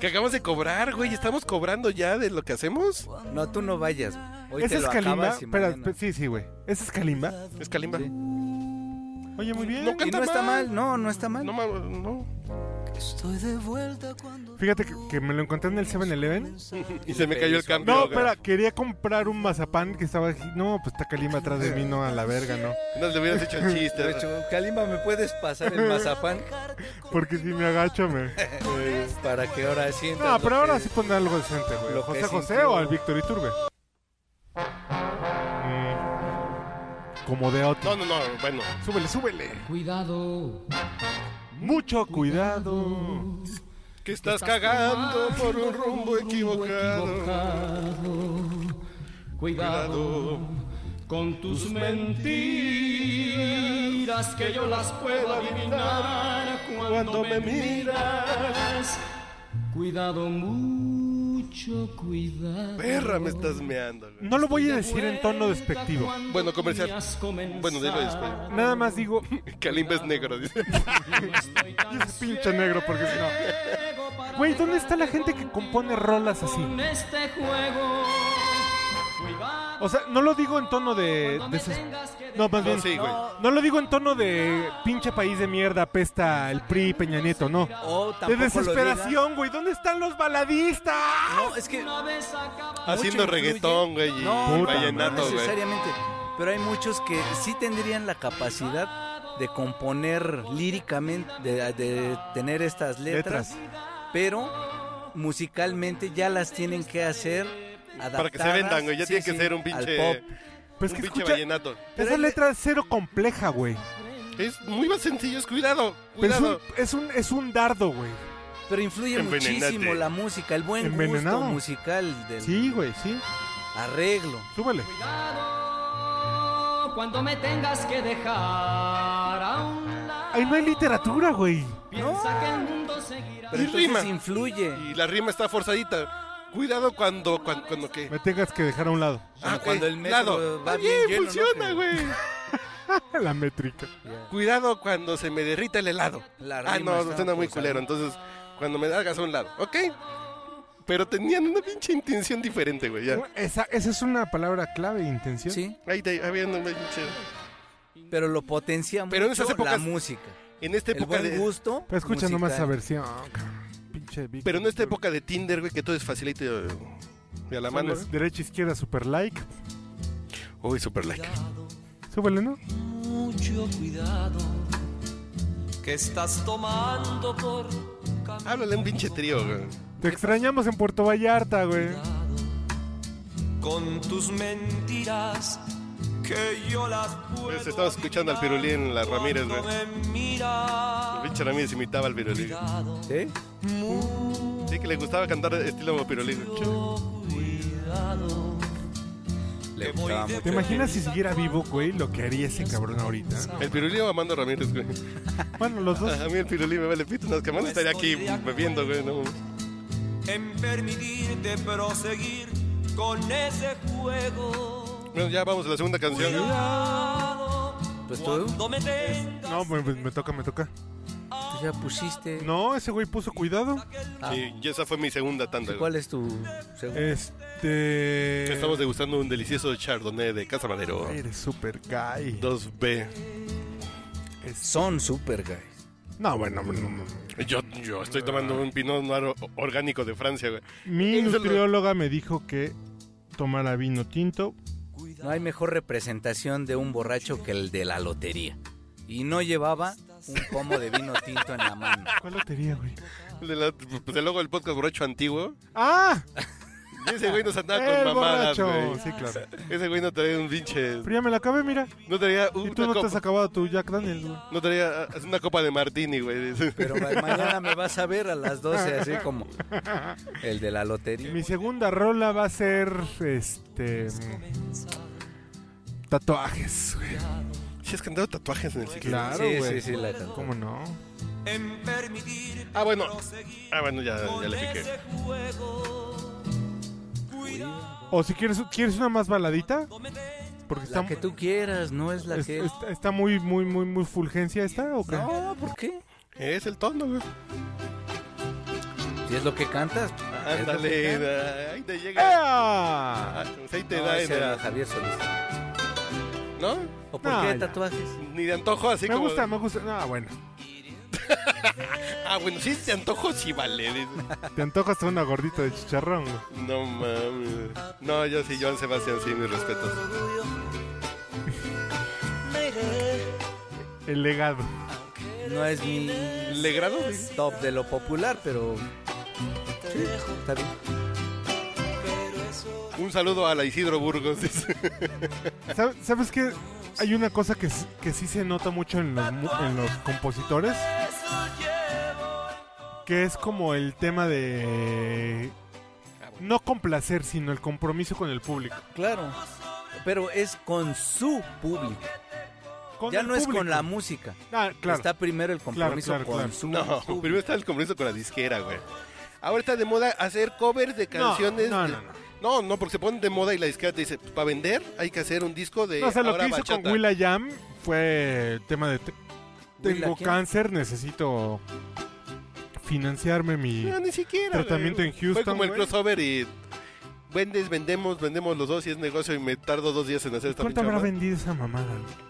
Speaker 5: Que acabamos de cobrar, güey, estamos cobrando ya de lo que hacemos.
Speaker 3: No, tú no vayas. güey. Hoy
Speaker 1: ¿Ese
Speaker 3: te
Speaker 1: es
Speaker 3: lo
Speaker 1: Kalimba?
Speaker 3: acabas y
Speaker 1: Espera,
Speaker 3: mañana.
Speaker 5: pues,
Speaker 1: sí, sí, güey. ¿Ese es Kalimba?
Speaker 5: Es Kalimba.
Speaker 3: Sí.
Speaker 1: Oye, muy bien.
Speaker 5: No
Speaker 3: Y
Speaker 5: canta
Speaker 3: no está
Speaker 5: mal.
Speaker 3: mal, no, no está mal.
Speaker 5: No, ma- no.
Speaker 8: Estoy de vuelta cuando
Speaker 1: Fíjate que, que me lo encontré en el 7-Eleven.
Speaker 5: Y se me cayó el cambio.
Speaker 1: No,
Speaker 5: güey.
Speaker 1: espera, quería comprar un mazapán que estaba aquí. No, pues está Kalimba atrás de mí, no, a la verga, no.
Speaker 5: No le hubieras hecho
Speaker 3: <laughs> De
Speaker 5: chistes.
Speaker 3: hecho, Kalimba, ¿me puedes pasar el mazapán?
Speaker 1: Porque si me agacho,
Speaker 5: <laughs>
Speaker 1: me...
Speaker 3: Eh, Para que ahora sientas.
Speaker 1: No,
Speaker 3: lo
Speaker 1: pero ahora
Speaker 3: que-
Speaker 1: sí pondré algo decente, güey.
Speaker 3: lo
Speaker 1: José
Speaker 3: que
Speaker 1: José
Speaker 3: sintió.
Speaker 1: o al Víctor Iturbe. Mm, Como de otro.
Speaker 5: No, no, no, bueno.
Speaker 1: Súbele, súbele.
Speaker 9: Cuidado,
Speaker 1: Mucho cuidado.
Speaker 5: Que estás cagando por un rumbo equivocado.
Speaker 9: cuidado, con tus mentiras que yo las puedo adivinar cuando me miras. Cuidado mucho, cuidado.
Speaker 5: Perra, me estás meando, güey.
Speaker 1: No lo voy a decir en tono despectivo.
Speaker 5: Bueno, comercial. Bueno, dilo después.
Speaker 1: Nada más digo, <laughs>
Speaker 5: Kalimba es negro, dice.
Speaker 1: "Y ese pinche negro, porque si no. Güey, ¿dónde está la gente que compone rolas así?
Speaker 9: este juego.
Speaker 1: O sea, no lo digo en tono de. de sus- No, más bien.
Speaker 5: No, sí, güey.
Speaker 1: No lo digo en tono de pinche país de mierda, apesta el PRI, Peña Nieto, no.
Speaker 3: O Oh, tampoco
Speaker 1: De
Speaker 3: lo digas.
Speaker 1: desesperación, güey. ¿Dónde están los baladistas?
Speaker 3: No, es que
Speaker 5: Haciendo
Speaker 3: influye.
Speaker 5: reggaetón, güey, y
Speaker 3: No,
Speaker 1: Puta
Speaker 5: vallenato,
Speaker 3: no
Speaker 5: güey.
Speaker 3: necesariamente. Pero hay muchos que sí tendrían la capacidad de componer líricamente, de, de tener estas letras, pero musicalmente ya las tienen que hacer adaptadas.
Speaker 5: Para que se vendan, güey. Ya
Speaker 3: sí,
Speaker 5: tiene que
Speaker 3: sí,
Speaker 5: ser un
Speaker 3: al
Speaker 5: pinche.
Speaker 3: pop.
Speaker 1: Pues
Speaker 5: un
Speaker 1: que
Speaker 5: pinche
Speaker 1: escucha,
Speaker 5: vallenato.
Speaker 1: esa letra es cero compleja, güey.
Speaker 5: Es muy más sencillo, es cuidado,
Speaker 1: Pero es
Speaker 5: cuidado.
Speaker 1: un, es un, es un dardo, güey.
Speaker 3: Pero influye
Speaker 5: Envenenate.
Speaker 3: muchísimo la música, el buen
Speaker 1: Envenenado.
Speaker 3: gusto musical del
Speaker 1: Sí, güey, sí.
Speaker 3: arreglo.
Speaker 1: Súbele.
Speaker 9: Cuidado cuando me tengas que dejar a un lado.
Speaker 1: Ahí no hay literatura, güey.
Speaker 9: Piensa que el mundo seguirá.
Speaker 3: Pero
Speaker 5: Y
Speaker 3: entonces
Speaker 5: rima.
Speaker 3: influye.
Speaker 5: Y la rima está forzadita. Cuidado cuando, cuan- cuando, Ah, que.
Speaker 1: Me tengas que dejar a un lado. <laughs>
Speaker 3: Como cuando
Speaker 5: ok,
Speaker 3: el metro va
Speaker 5: Ah,
Speaker 3: bien lleno, ¿no?
Speaker 5: funciona,
Speaker 3: Que-
Speaker 5: güey.
Speaker 1: la métrica.
Speaker 5: Cuidado cuando se me derrita el helado.
Speaker 3: La
Speaker 5: ah,
Speaker 3: rima
Speaker 5: no,
Speaker 3: está
Speaker 5: suena muy
Speaker 3: forzada.
Speaker 5: culero. Entonces, cuando me hagas a un lado, ok. Pero tenían una pinche intención diferente, güey. Ya.
Speaker 1: Esa, esa es una palabra clave, intención.
Speaker 3: Sí,
Speaker 5: Ahí te, había una pinche.
Speaker 3: pero lo potencia mucho
Speaker 5: Pero en esas épocas-
Speaker 3: la música.
Speaker 5: En esta
Speaker 3: El
Speaker 5: época
Speaker 3: buen
Speaker 5: de.
Speaker 3: gusto.
Speaker 1: Pero escucha nomás esa
Speaker 3: musical.
Speaker 1: versión. cabrón. Pinche Vic.
Speaker 5: Pero en esta época de Tinder, güey, que todo es facilito eh, y a la mano.
Speaker 1: Manos, derecha, izquierda, super like.
Speaker 5: Uy, super like.
Speaker 1: Súbele, ¿no?
Speaker 8: mucho cuidado.
Speaker 7: que estás tomando por camino
Speaker 5: Háblale a un pinche trío, güey.
Speaker 1: Te extrañamos en Puerto Vallarta, güey.
Speaker 7: con tus mentiras que yo las puedo
Speaker 5: Pues, estaba escuchando al Pirulí en la Ramírez, güey.
Speaker 7: cuando me miras.
Speaker 5: El pinche Ramírez imitaba al Pirulí. güey.
Speaker 3: ¿Sí?
Speaker 5: Sí, que le gustaba cantar estilo Pirulí, güey.
Speaker 3: Le gustaba mucho.
Speaker 1: ¿Te imaginas si siguiera vivo, güey, lo que haría ese cabrón ahorita?
Speaker 5: El Pirulí o Amando Ramírez, güey.
Speaker 1: Bueno, los dos.
Speaker 5: A mí el Pirulí me vale pito, no, es que Amando estaría aquí bebiendo, güey. No.
Speaker 7: en permitirte proseguir con ese juego.
Speaker 5: Bueno, ya vamos a la segunda canción. güey.
Speaker 7: Cuidado
Speaker 3: Pues tú,
Speaker 7: cuando me tengas
Speaker 1: No, me, me toca, me toca.
Speaker 3: tú ya pusiste.
Speaker 1: No, ese güey puso cuidado.
Speaker 3: Ah.
Speaker 5: Sí, y esa fue mi segunda tanda, güey.
Speaker 3: ¿Cuál es tu segundo?
Speaker 1: Este.
Speaker 5: Estamos degustando un delicioso chardonnay de Casa Madero.
Speaker 1: Eres super guy.
Speaker 5: 2B. Eh,
Speaker 3: Son super guys.
Speaker 1: No, bueno, no, no, no.
Speaker 5: Yo, yo estoy tomando un pinot noir o- orgánico de Francia, güey.
Speaker 1: Mi
Speaker 5: Eso lo-
Speaker 1: nutrióloga me dijo que tomara vino tinto.
Speaker 3: No hay mejor representación de un borracho que el de la lotería. Y no llevaba un pomo de vino tinto en la mano.
Speaker 1: ¿Cuál lotería, güey?
Speaker 5: De la- pues el logo del podcast borracho antiguo.
Speaker 1: ¡Ah!
Speaker 5: Y ese güey nos andaba
Speaker 1: ¡El
Speaker 5: con mamadas,
Speaker 1: borracho!
Speaker 5: güey.
Speaker 1: Sí, claro.
Speaker 5: Ese güey no traía un pinche.
Speaker 1: Pero ya me la acabé, mira.
Speaker 5: No traía
Speaker 1: Y
Speaker 5: una,
Speaker 1: tú no te has
Speaker 5: copa,
Speaker 1: acabado tu Jack Daniel, güey.
Speaker 5: no traía ah, una copa de martini, güey. <laughs>
Speaker 3: Pero ma- mañana me vas a ver a las 12, así como el de la lotería.
Speaker 1: Mi segunda rola va a ser. Este. mm, Tatuajes, güey.
Speaker 5: Si has cantado tatuajes en el ciclo.
Speaker 1: Claro,
Speaker 3: sí,
Speaker 1: güey.
Speaker 3: sí, sí, la canto.
Speaker 1: ¿Cómo no?
Speaker 7: en permitir
Speaker 5: Ah, bueno. Ah, bueno, ya, ya le piqué.
Speaker 1: O si quieres, ¿quieres una más baladita? Porque está,
Speaker 3: La que tú quieras, no es la
Speaker 1: es-
Speaker 3: que...
Speaker 1: está, está muy, muy, muy, muy fulgencia esta, ¿o qué?
Speaker 3: No, ¿por qué?
Speaker 5: Es el tono, güey.
Speaker 3: Si es lo que cantas. pues, es lo que
Speaker 5: Ándale,
Speaker 3: cantas.
Speaker 5: da- ahí te llega.
Speaker 1: ¡Ah!
Speaker 5: Ah, pues ahí te
Speaker 3: No,
Speaker 5: da,
Speaker 3: ese
Speaker 5: da-
Speaker 3: era Javier Solís.
Speaker 5: ¿no?
Speaker 3: ¿O por
Speaker 1: No,
Speaker 3: qué
Speaker 1: ya.
Speaker 3: tatuajes?
Speaker 5: Ni de antojo, así
Speaker 1: Me
Speaker 5: como.
Speaker 1: gusta, me gusta. Ah, bueno.
Speaker 5: Ah, bueno, sí, de antojo sí vale.
Speaker 1: <laughs>
Speaker 5: dice.
Speaker 1: Te antojas una gordita de chicharrón. güey.
Speaker 5: No mames. No, yo sí, Joan Sebastián, sí, mis respetos.
Speaker 1: El legado.
Speaker 3: No es mi
Speaker 5: ¿Legrado?
Speaker 3: top de lo popular, pero... Sí, está bien.
Speaker 5: Un saludo a la Isidro Burgos. dice.
Speaker 1: <laughs> ¿Sab- ¿Sabes qué? Hay una cosa que, s- que sí se nota mucho en los, mu- en los compositores. Que es como el tema de... No complacer, sino el compromiso con el público.
Speaker 3: Claro. Pero es con su público.
Speaker 1: Con
Speaker 3: ya
Speaker 1: el
Speaker 3: no es
Speaker 1: público.
Speaker 3: con la música.
Speaker 1: Ah, claro.
Speaker 3: Está primero el compromiso
Speaker 1: claro,
Speaker 3: con
Speaker 1: claro.
Speaker 3: su
Speaker 5: No,
Speaker 3: público.
Speaker 5: primero está el compromiso con la disquera, güey. Ahora está de moda hacer covers de
Speaker 1: No,
Speaker 5: canciones.
Speaker 1: No,
Speaker 5: de-
Speaker 1: no, no.
Speaker 5: No, no, porque se ponen de moda y la disquera te dice, para vender hay que hacer un disco de
Speaker 1: No, o sea, lo
Speaker 5: ahora
Speaker 1: que hizo con
Speaker 5: bachata".
Speaker 1: Willa Jam fue el tema de... te-
Speaker 3: Willa,
Speaker 1: tengo
Speaker 3: ¿quién?
Speaker 1: cáncer, necesito financiarme mi...
Speaker 5: Ah, No, ni siquiera.
Speaker 1: Tratamiento
Speaker 5: güey.
Speaker 1: en Houston,
Speaker 5: Fue como el
Speaker 1: güey.
Speaker 5: crossover y vendes, vendemos, vendemos los dos y es negocio y me tardo dos días en hacer esta
Speaker 1: ¿Cuánto
Speaker 5: pinche
Speaker 1: habrá
Speaker 5: mamada.
Speaker 1: vendido esa mamada? güey?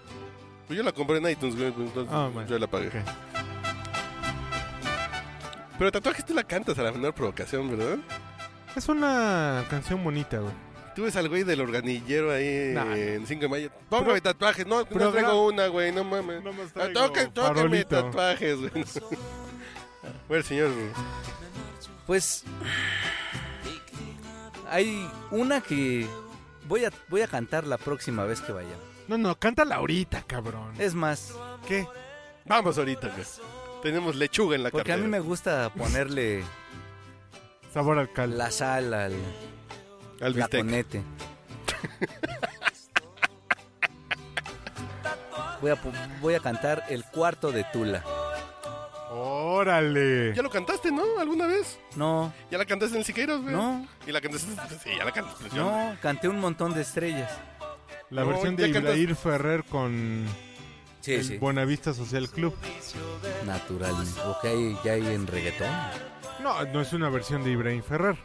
Speaker 5: Pues yo la compré en iTunes, güey, entonces
Speaker 1: Ah, bueno.
Speaker 5: yo la pagué.
Speaker 1: Ok.
Speaker 5: Pero tatuajes tú la cantas a la menor provocación, ¿verdad?
Speaker 1: Es una canción bonita, güey.
Speaker 5: Tú ves al güey del organillero ahí
Speaker 1: No, no.
Speaker 5: en 5 de mayo. Póngame tatuajes, no, no
Speaker 1: Progra-
Speaker 5: traigo una, güey, no mames. No
Speaker 1: más
Speaker 5: Tócame tatuajes, güey. <laughs> A ver, señor.
Speaker 3: Pues hay una que voy a, voy a cantar la próxima vez que vaya.
Speaker 1: No, no, cántala ahorita, cabrón.
Speaker 3: Es más,
Speaker 1: ¿Qué?
Speaker 5: Vamos ahorita, güey. Tenemos lechuga en la
Speaker 3: porque a
Speaker 5: cartera.
Speaker 3: mí me gusta ponerle
Speaker 1: Sabor al cal.
Speaker 3: la sal al
Speaker 5: Al bistec.
Speaker 3: laconete. Voy a, pu- voy a cantar el cuarto de Tula.
Speaker 1: Órale.
Speaker 5: Ya lo cantaste, ¿no? ¿Alguna vez?
Speaker 3: No,
Speaker 5: Ya la cantaste en el Siqueiros, güey.
Speaker 3: no,
Speaker 5: Y la cantaste. Sí, ya la cantaste.
Speaker 3: no, canté un montón de estrellas.
Speaker 1: La
Speaker 5: No,
Speaker 1: versión
Speaker 5: ya
Speaker 1: de
Speaker 5: cantas-
Speaker 1: Ibrahim Ferrer con
Speaker 3: Sí,
Speaker 1: el
Speaker 3: sí,
Speaker 1: Buenavista Social Club.
Speaker 3: naturalmente. Porque hay, ya hay en reggaetón.
Speaker 1: No, no es una versión de Ibrahim Ferrer.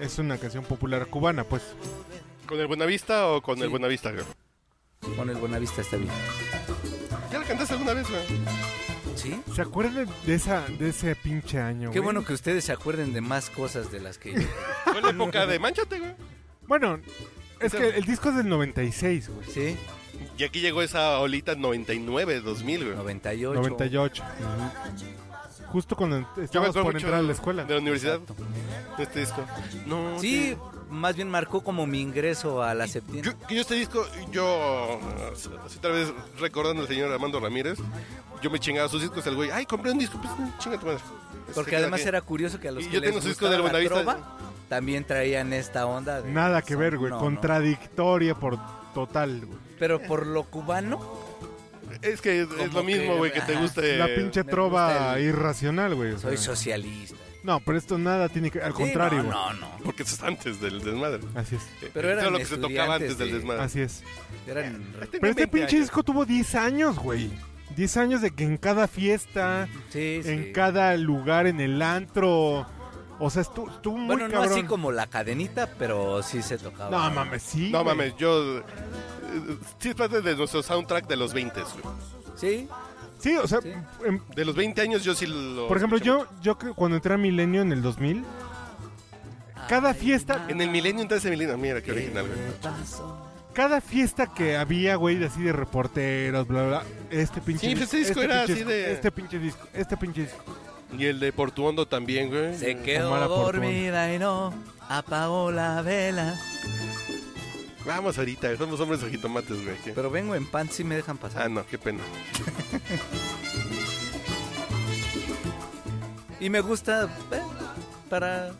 Speaker 1: Es una canción popular cubana, pues.
Speaker 5: ¿Con el Buenavista o con
Speaker 3: Sí.
Speaker 5: el Buenavista, güey?
Speaker 3: Con el Buenavista está bien.
Speaker 5: Ya la cantaste alguna vez, güey.
Speaker 3: ¿Sí?
Speaker 1: ¿Se acuerdan de esa de ese pinche año?
Speaker 3: Qué
Speaker 1: güey?
Speaker 3: bueno que ustedes se acuerden de más cosas de las que yo.
Speaker 5: Fue
Speaker 3: <laughs>
Speaker 5: la época de Manchate, güey.
Speaker 1: Bueno, es que el disco es del 96, güey.
Speaker 3: Sí,
Speaker 5: Y aquí llegó esa olita 99, 2000, güey.
Speaker 3: 98.
Speaker 1: 98. Justo cuando ent- estabas por
Speaker 5: mucho
Speaker 1: entrar a la escuela.
Speaker 5: De la universidad. De este disco. No.
Speaker 3: Sí, más bien marcó como mi ingreso a la septiembre.
Speaker 5: Yo, que yo este disco, yo, así tal vez recordando al señor Armando Ramírez, yo me chingaba sus discos, el güey, ay, compré un disco, pues chinga tu madre.
Speaker 3: Porque
Speaker 5: Se
Speaker 3: además
Speaker 5: queda
Speaker 3: era curioso que a los
Speaker 5: Este, Y
Speaker 3: que
Speaker 5: yo
Speaker 3: les
Speaker 5: tengo su disco
Speaker 3: gustaba
Speaker 5: del
Speaker 3: la
Speaker 5: Buenavista.
Speaker 3: trova, también traían esta onda. de-
Speaker 1: Nada que ver, güey.
Speaker 3: No, no.
Speaker 1: Contradictoria por total, güey.
Speaker 3: Pero por lo cubano,
Speaker 5: aquí. Es que es
Speaker 3: Como
Speaker 5: lo mismo,
Speaker 3: que-
Speaker 5: güey, que te
Speaker 3: ajá.
Speaker 5: guste.
Speaker 1: La pinche
Speaker 3: Este, me
Speaker 1: trova
Speaker 3: gusta el-
Speaker 1: irracional, güey. o
Speaker 3: soy
Speaker 1: sea.
Speaker 3: socialista.
Speaker 1: No, pero esto nada tiene que... Al
Speaker 3: Sí,
Speaker 1: contrario, güey.
Speaker 3: No, no, no.
Speaker 5: Porque eso es antes del desmadre.
Speaker 1: Así es,
Speaker 3: Pero
Speaker 5: Eso
Speaker 3: eran
Speaker 5: es lo que se tocaba
Speaker 3: estudiantes
Speaker 5: antes del
Speaker 3: de-
Speaker 5: desmadre.
Speaker 1: así es.
Speaker 3: Eran-
Speaker 1: Pero este
Speaker 5: 20
Speaker 1: pinche
Speaker 5: años.
Speaker 1: disco tuvo 10 años, güey. 10 años de que en cada fiesta,
Speaker 3: sí, sí.
Speaker 1: en cada lugar, en el antro... O sea, estu- estuvo, muy
Speaker 3: Bueno, no
Speaker 1: cabrón.
Speaker 3: así como la cadenita, pero sí se tocaba.
Speaker 1: No, mames, sí,
Speaker 5: No
Speaker 1: güey.
Speaker 5: mames, yo. eh, Sí, es parte de nuestro soundtrack de los 20, güey.
Speaker 3: Sí,
Speaker 1: Sí, o sea,
Speaker 3: Sí.
Speaker 1: em,
Speaker 5: De los 20 años yo sí lo.
Speaker 1: por ejemplo,
Speaker 5: escuché
Speaker 1: yo, yo que cuando entré a Milenio en el 2000, cada fiesta,
Speaker 5: mucho. En el milenio, entonces en milenio. Mira, qué original, güey.
Speaker 1: cada fiesta que había, güey, de así de reporteros, bla, bla, bla, este pinche
Speaker 5: Sí, pues este disco era
Speaker 1: pinche
Speaker 5: así
Speaker 1: disco,
Speaker 5: de-
Speaker 1: Este pinche disco, este pinche disco.
Speaker 5: Y el de Portuondo también, güey.
Speaker 3: Se quedó
Speaker 1: Omar aportó.
Speaker 3: dormida y no apagó la vela.
Speaker 5: Vamos ahorita, somos hombres ojitomates, güey. ¿qué?
Speaker 3: Pero vengo en pan si me dejan
Speaker 5: Ah,
Speaker 3: pasar.
Speaker 5: no, qué pena. Ah.
Speaker 3: Y me gusta eh, para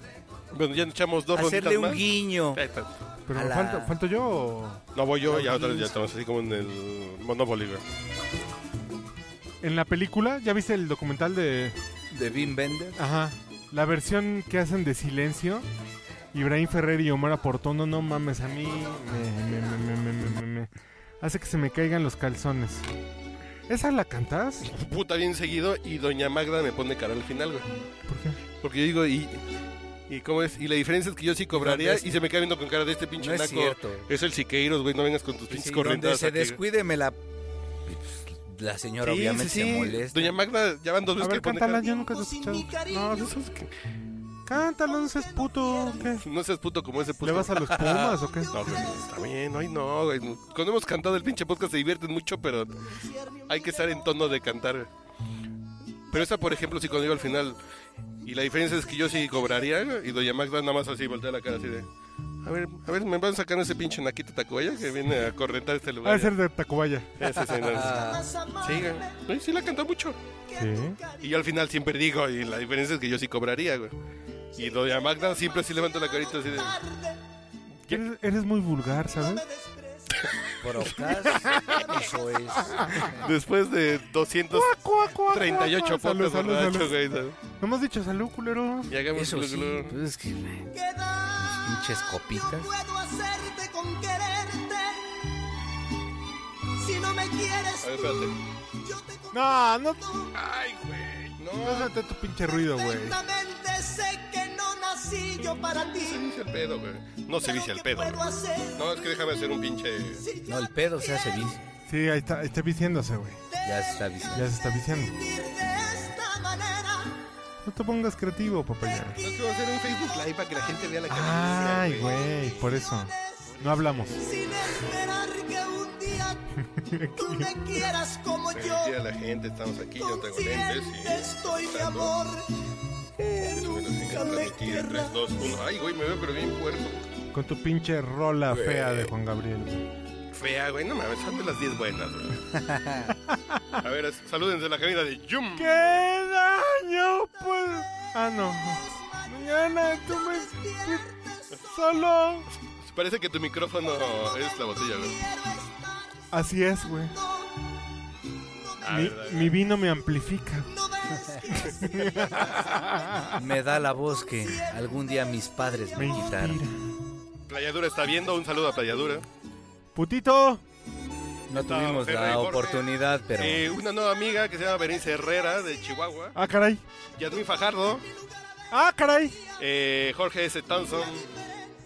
Speaker 5: Bueno, ya echamos dos
Speaker 3: hacerle
Speaker 5: ronditas
Speaker 3: un
Speaker 5: más. Eh.
Speaker 3: guiño.
Speaker 5: Ahí está.
Speaker 1: Pero
Speaker 3: A
Speaker 1: me
Speaker 3: la-
Speaker 1: falta, ¿falto yo o-
Speaker 5: No voy yo, ya otra vez ya estamos así como en el Monopoly, güey.
Speaker 1: en la película, ¿ya viste el documental de...
Speaker 3: De Wim Bender.
Speaker 1: Ajá. La versión que hacen de Silencio, Ibrahim Ferrer y Omar Aportondo, no mames, a mí me, me, me, me, me, me, me, hace que se me caigan los calzones. ¿Esa la cantás?
Speaker 5: Puta bien seguido y Doña Magda me pone cara al final, güey.
Speaker 1: ¿Por qué?
Speaker 5: Porque yo digo, y, y cómo es, y la diferencia es que yo sí cobraría
Speaker 3: ¿Dónde es?
Speaker 5: y se me cae viendo con cara de este pinche
Speaker 3: No es
Speaker 5: naco.
Speaker 3: cierto.
Speaker 5: Es el Siqueiros, güey, no vengas con tus
Speaker 3: Sí,
Speaker 5: pinches
Speaker 3: donde
Speaker 5: corrientes.
Speaker 3: se descuide me la... y, pues, La señora obviamente se molesta.
Speaker 5: Doña Magda, ya van dos
Speaker 1: A
Speaker 5: veces
Speaker 1: ver,
Speaker 5: Pues que pone
Speaker 1: cántala,
Speaker 5: cara-
Speaker 1: yo nunca te he escuchado. No, de esos que... Cántala, no seas puto, ¿o ¿qué?
Speaker 5: <laughs> No seas puto como ese puto.
Speaker 1: ¿Le vas
Speaker 5: <laughs>
Speaker 1: a los Pumas o qué?
Speaker 5: No, güey, está bien, ay no, güey. Cuando hemos cantado el pinche podcast se divierten mucho, pero hay que estar en tono de cantar. güey. Pero esta, por ejemplo, si cuando digo al final, y la diferencia es que yo sí cobraría, güey, y Doña Magda nada más así voltea la cara así de. A ver, a ver, me van sacando ese pinche naquito tacuella que viene a correntar este
Speaker 1: Ha de
Speaker 5: lugar. <laughs>
Speaker 1: ser Ah, de Tacubaya.
Speaker 5: Ese, ese, no,
Speaker 3: Ah.
Speaker 5: ese. Sí, güey. Ay, sí la canta mucho.
Speaker 1: Sí.
Speaker 5: Y yo al final siempre digo, y la diferencia es que yo sí cobraría, güey. Y Doña Magda siempre así levanta la carita así de. ¿Qué?
Speaker 1: Eres, eres muy vulgar, ¿sabes?
Speaker 3: Brocas, eso es.
Speaker 5: Después de 200 38
Speaker 1: Salud,
Speaker 5: fotos
Speaker 1: salud,
Speaker 5: borracho,
Speaker 1: salud.
Speaker 5: güey. ¿sabes?
Speaker 1: No me has dicho salud, culero.
Speaker 5: Y hagamos
Speaker 3: Eso
Speaker 5: glu,
Speaker 3: sí,
Speaker 5: glu.
Speaker 3: pues es que... Pinches copitas.
Speaker 5: A ver, espérate.
Speaker 1: No, no,
Speaker 5: Ay, güey.
Speaker 1: no
Speaker 5: No,
Speaker 1: suelta tu pinche ruido, güey.
Speaker 5: se vicia el pedo, güey. No se vicia el pedo. güey. No, es que déjame hacer un pinche.
Speaker 3: No, el pedo se hace bien.
Speaker 1: Sí, ahí está, está viciándose, güey.
Speaker 3: Ya se está avisando.
Speaker 1: Ya se está viciando. No te pongas creativo, papaya.
Speaker 5: No, es que voy a hacer un Facebook Live para que la gente vea la cara.
Speaker 1: Ay, güey, por eso. No hablamos.
Speaker 5: <laughs> Mentira a la gente, estamos aquí, yo tengo lentes. Y... Estoy, mi amor. Ay, güey, me veo pero bien puerco.
Speaker 1: Con tu pinche rola fea de Juan Gabriel. güey.
Speaker 5: Fea, güey, no mames, son de las 10 buenas, güey.
Speaker 3: <laughs>
Speaker 5: A ver, salúdense en la cabina de Yum.
Speaker 1: ¡Qué daño, pues! Ah, no. Mañana tú me... tú- Solo...
Speaker 5: Parece que tu micrófono es la botella, güey.
Speaker 1: Así es, güey.
Speaker 5: Ah,
Speaker 1: Mi,
Speaker 5: verdad,
Speaker 1: mi vino me amplifica.
Speaker 3: Me da la voz que algún día mis padres
Speaker 1: Me
Speaker 3: me
Speaker 1: inspira.
Speaker 3: quitaron.
Speaker 5: Playadura está viendo, un saludo a Playadura.
Speaker 1: Putito.
Speaker 3: No
Speaker 5: Estaba
Speaker 3: tuvimos
Speaker 5: Ferro y
Speaker 3: la
Speaker 5: Jorge.
Speaker 3: oportunidad, pero
Speaker 5: Eh, una nueva amiga que se llama Berenice Herrera de Chihuahua,
Speaker 1: Ah, caray.
Speaker 5: Yadmin Fajardo,
Speaker 1: Ah, caray.
Speaker 5: eh, Jorge S. Thompson,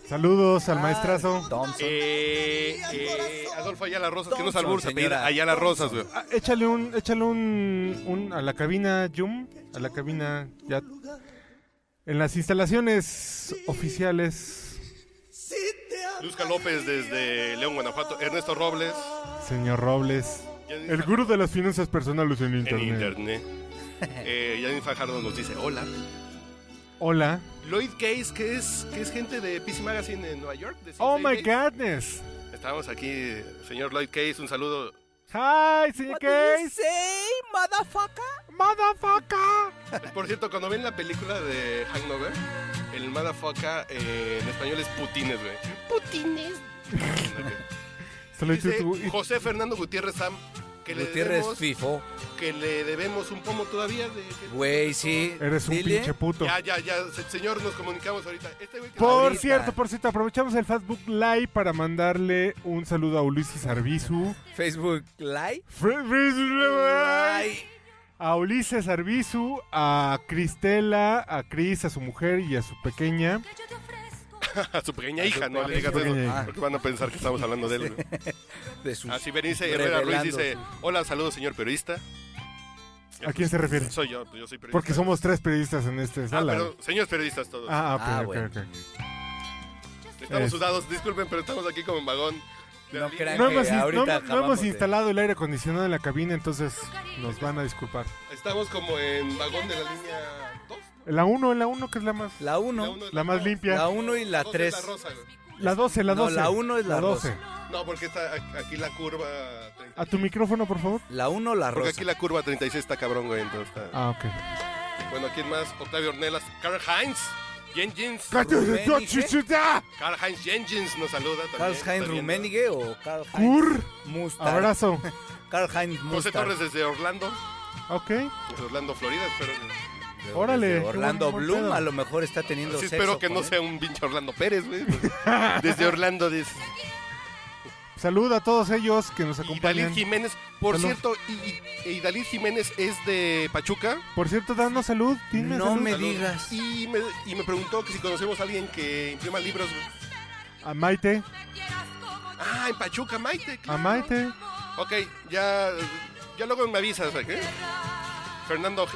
Speaker 1: Saludos
Speaker 3: Ah,
Speaker 1: al maestrazo.
Speaker 3: Thompson.
Speaker 5: eh, eh, Adolfo Ayala Rosas, que no es
Speaker 3: Thompson,
Speaker 5: albur, se apellida
Speaker 3: señora.
Speaker 5: Ayala Rosas, güey.
Speaker 1: Ah, échale un, échale un, un- a la cabina, Yum, a la cabina, ya. En las instalaciones oficiales,
Speaker 5: Luzca López desde León, Guanajuato, Ernesto Robles
Speaker 1: señor Robles,
Speaker 5: Yadmin
Speaker 1: el gurú de las finanzas personales en
Speaker 5: Fajardo, en
Speaker 1: internet.
Speaker 5: internet.
Speaker 3: <laughs>
Speaker 5: Eh, Yadmin Fajardo nos dice hola.
Speaker 1: Hola.
Speaker 5: Lloyd Case, que es, que es gente de PC Magazine en Nueva York. de
Speaker 1: Oh
Speaker 5: Sensei
Speaker 1: my
Speaker 5: Gate.
Speaker 1: goodness.
Speaker 5: Estamos aquí, señor Lloyd Case, un saludo.
Speaker 1: Hi, señor Case. Motherfucker.
Speaker 5: Por cierto, cuando ven la película de Hangover, el motherfucker eh, en español es putines, güey. Putines.
Speaker 1: Salud, tú-
Speaker 5: Dice
Speaker 1: y-
Speaker 5: José Fernando Gutiérrez Sam que le,
Speaker 3: Gutiérrez
Speaker 5: debemos,
Speaker 3: Fifo.
Speaker 5: que le debemos un pomo todavía de... que-
Speaker 3: Güey, sí.
Speaker 1: Eres un
Speaker 3: Dile,
Speaker 1: pinche puto.
Speaker 5: Ya, ya, ya, se- señor, nos comunicamos ahorita. Este güey que-
Speaker 1: Por
Speaker 3: Ahorita.
Speaker 1: cierto, por cierto, aprovechamos el Facebook Live para mandarle un saludo a Ulises Arbizu.
Speaker 3: Facebook Live. Ay,
Speaker 1: A Ulises Arbizu, a Cristela, a Cris, a su mujer y a su pequeña.
Speaker 5: A su pequeña
Speaker 3: A su
Speaker 5: hija, no le
Speaker 3: pequeña
Speaker 5: digas eso,
Speaker 1: hija. Ah.
Speaker 5: porque van a pensar que estamos hablando de
Speaker 1: <laughs>
Speaker 5: él. güey.
Speaker 3: De sus...
Speaker 5: Así Berenice Herrera Ruiz
Speaker 3: Revelando.
Speaker 5: dice, hola, saludos, señor periodista.
Speaker 1: ¿A quién se refiere?
Speaker 5: Soy yo, pues yo soy periodista.
Speaker 1: Porque somos tres periodistas en esta
Speaker 5: Ah,
Speaker 1: sala.
Speaker 5: pero, señores periodistas todos.
Speaker 1: Ah, ah,
Speaker 3: Ah,
Speaker 1: ok, ok,
Speaker 3: bueno.
Speaker 1: ok.
Speaker 5: Estamos
Speaker 1: Es-
Speaker 5: sudados, disculpen, pero estamos aquí como en vagón. de
Speaker 3: No
Speaker 5: alivio.
Speaker 3: crean
Speaker 1: No
Speaker 3: que
Speaker 1: hemos, in-
Speaker 3: ahorita
Speaker 1: no- no
Speaker 3: acabamos
Speaker 1: hemos
Speaker 3: de-
Speaker 1: instalado el aire acondicionado en la cabina, entonces nos van a disculpar.
Speaker 5: Estamos como en vagón de la línea 2.
Speaker 1: La 1, la 1 que es la más,
Speaker 3: La 1.
Speaker 1: la más limpia.
Speaker 3: La 1 y la 3.
Speaker 1: La 12, la
Speaker 3: No,
Speaker 1: 12.
Speaker 3: la uno es la
Speaker 5: No, porque está a- aquí la curva. 30.
Speaker 1: A tu micrófono, por favor.
Speaker 3: La 1 la
Speaker 5: Porque
Speaker 3: rosa.
Speaker 5: aquí la curva 36 está cabrón, güey. Entonces está-
Speaker 1: Ah, ok.
Speaker 3: Pues
Speaker 5: Bueno, ¿quién más? Octavio Ornelas. Carl Heinz. Jenkins.
Speaker 3: Rummenigge.
Speaker 5: Carl Heinz Jenkins nos saluda también.
Speaker 3: Carl
Speaker 5: está
Speaker 3: Heinz
Speaker 5: viendo.
Speaker 3: Rummenigge o Karl Heinz
Speaker 1: Cur,
Speaker 3: Mustard.
Speaker 1: abrazo.
Speaker 3: <laughs> Karl Heinz
Speaker 5: José
Speaker 3: Mustard.
Speaker 5: Torres desde Orlando.
Speaker 1: Ok.
Speaker 5: de Orlando, Florida. Espero que, Pues
Speaker 3: De-
Speaker 1: Órale,
Speaker 3: desde
Speaker 1: qué
Speaker 3: Orlando
Speaker 1: buen- buen
Speaker 3: Bloom
Speaker 1: pedo.
Speaker 3: a lo mejor está teniendo
Speaker 5: sí,
Speaker 3: sexo
Speaker 5: espero que
Speaker 3: con
Speaker 5: no
Speaker 3: él.
Speaker 5: sea un pinche Orlando Pérez,
Speaker 1: <laughs>
Speaker 5: güey. Desde Orlando. Desde...
Speaker 1: Salud a todos ellos que nos
Speaker 5: Y Dalí
Speaker 1: acompañan.
Speaker 5: Jiménez. Por
Speaker 1: Salud.
Speaker 5: cierto, y, y, y Dalí Jiménez es de Pachuca.
Speaker 1: Por cierto, danos salud. Dime
Speaker 3: No
Speaker 1: salud.
Speaker 3: me
Speaker 5: Salud.
Speaker 3: digas.
Speaker 5: Y me, y me preguntó que si conocemos a alguien que imprima libros. güey.
Speaker 1: A Maite,
Speaker 5: Ah, en Pachuca, Maite.
Speaker 1: a
Speaker 5: claro.
Speaker 1: Maite.
Speaker 5: Ok, ya, ya luego me avisas. ¿eh? Fernando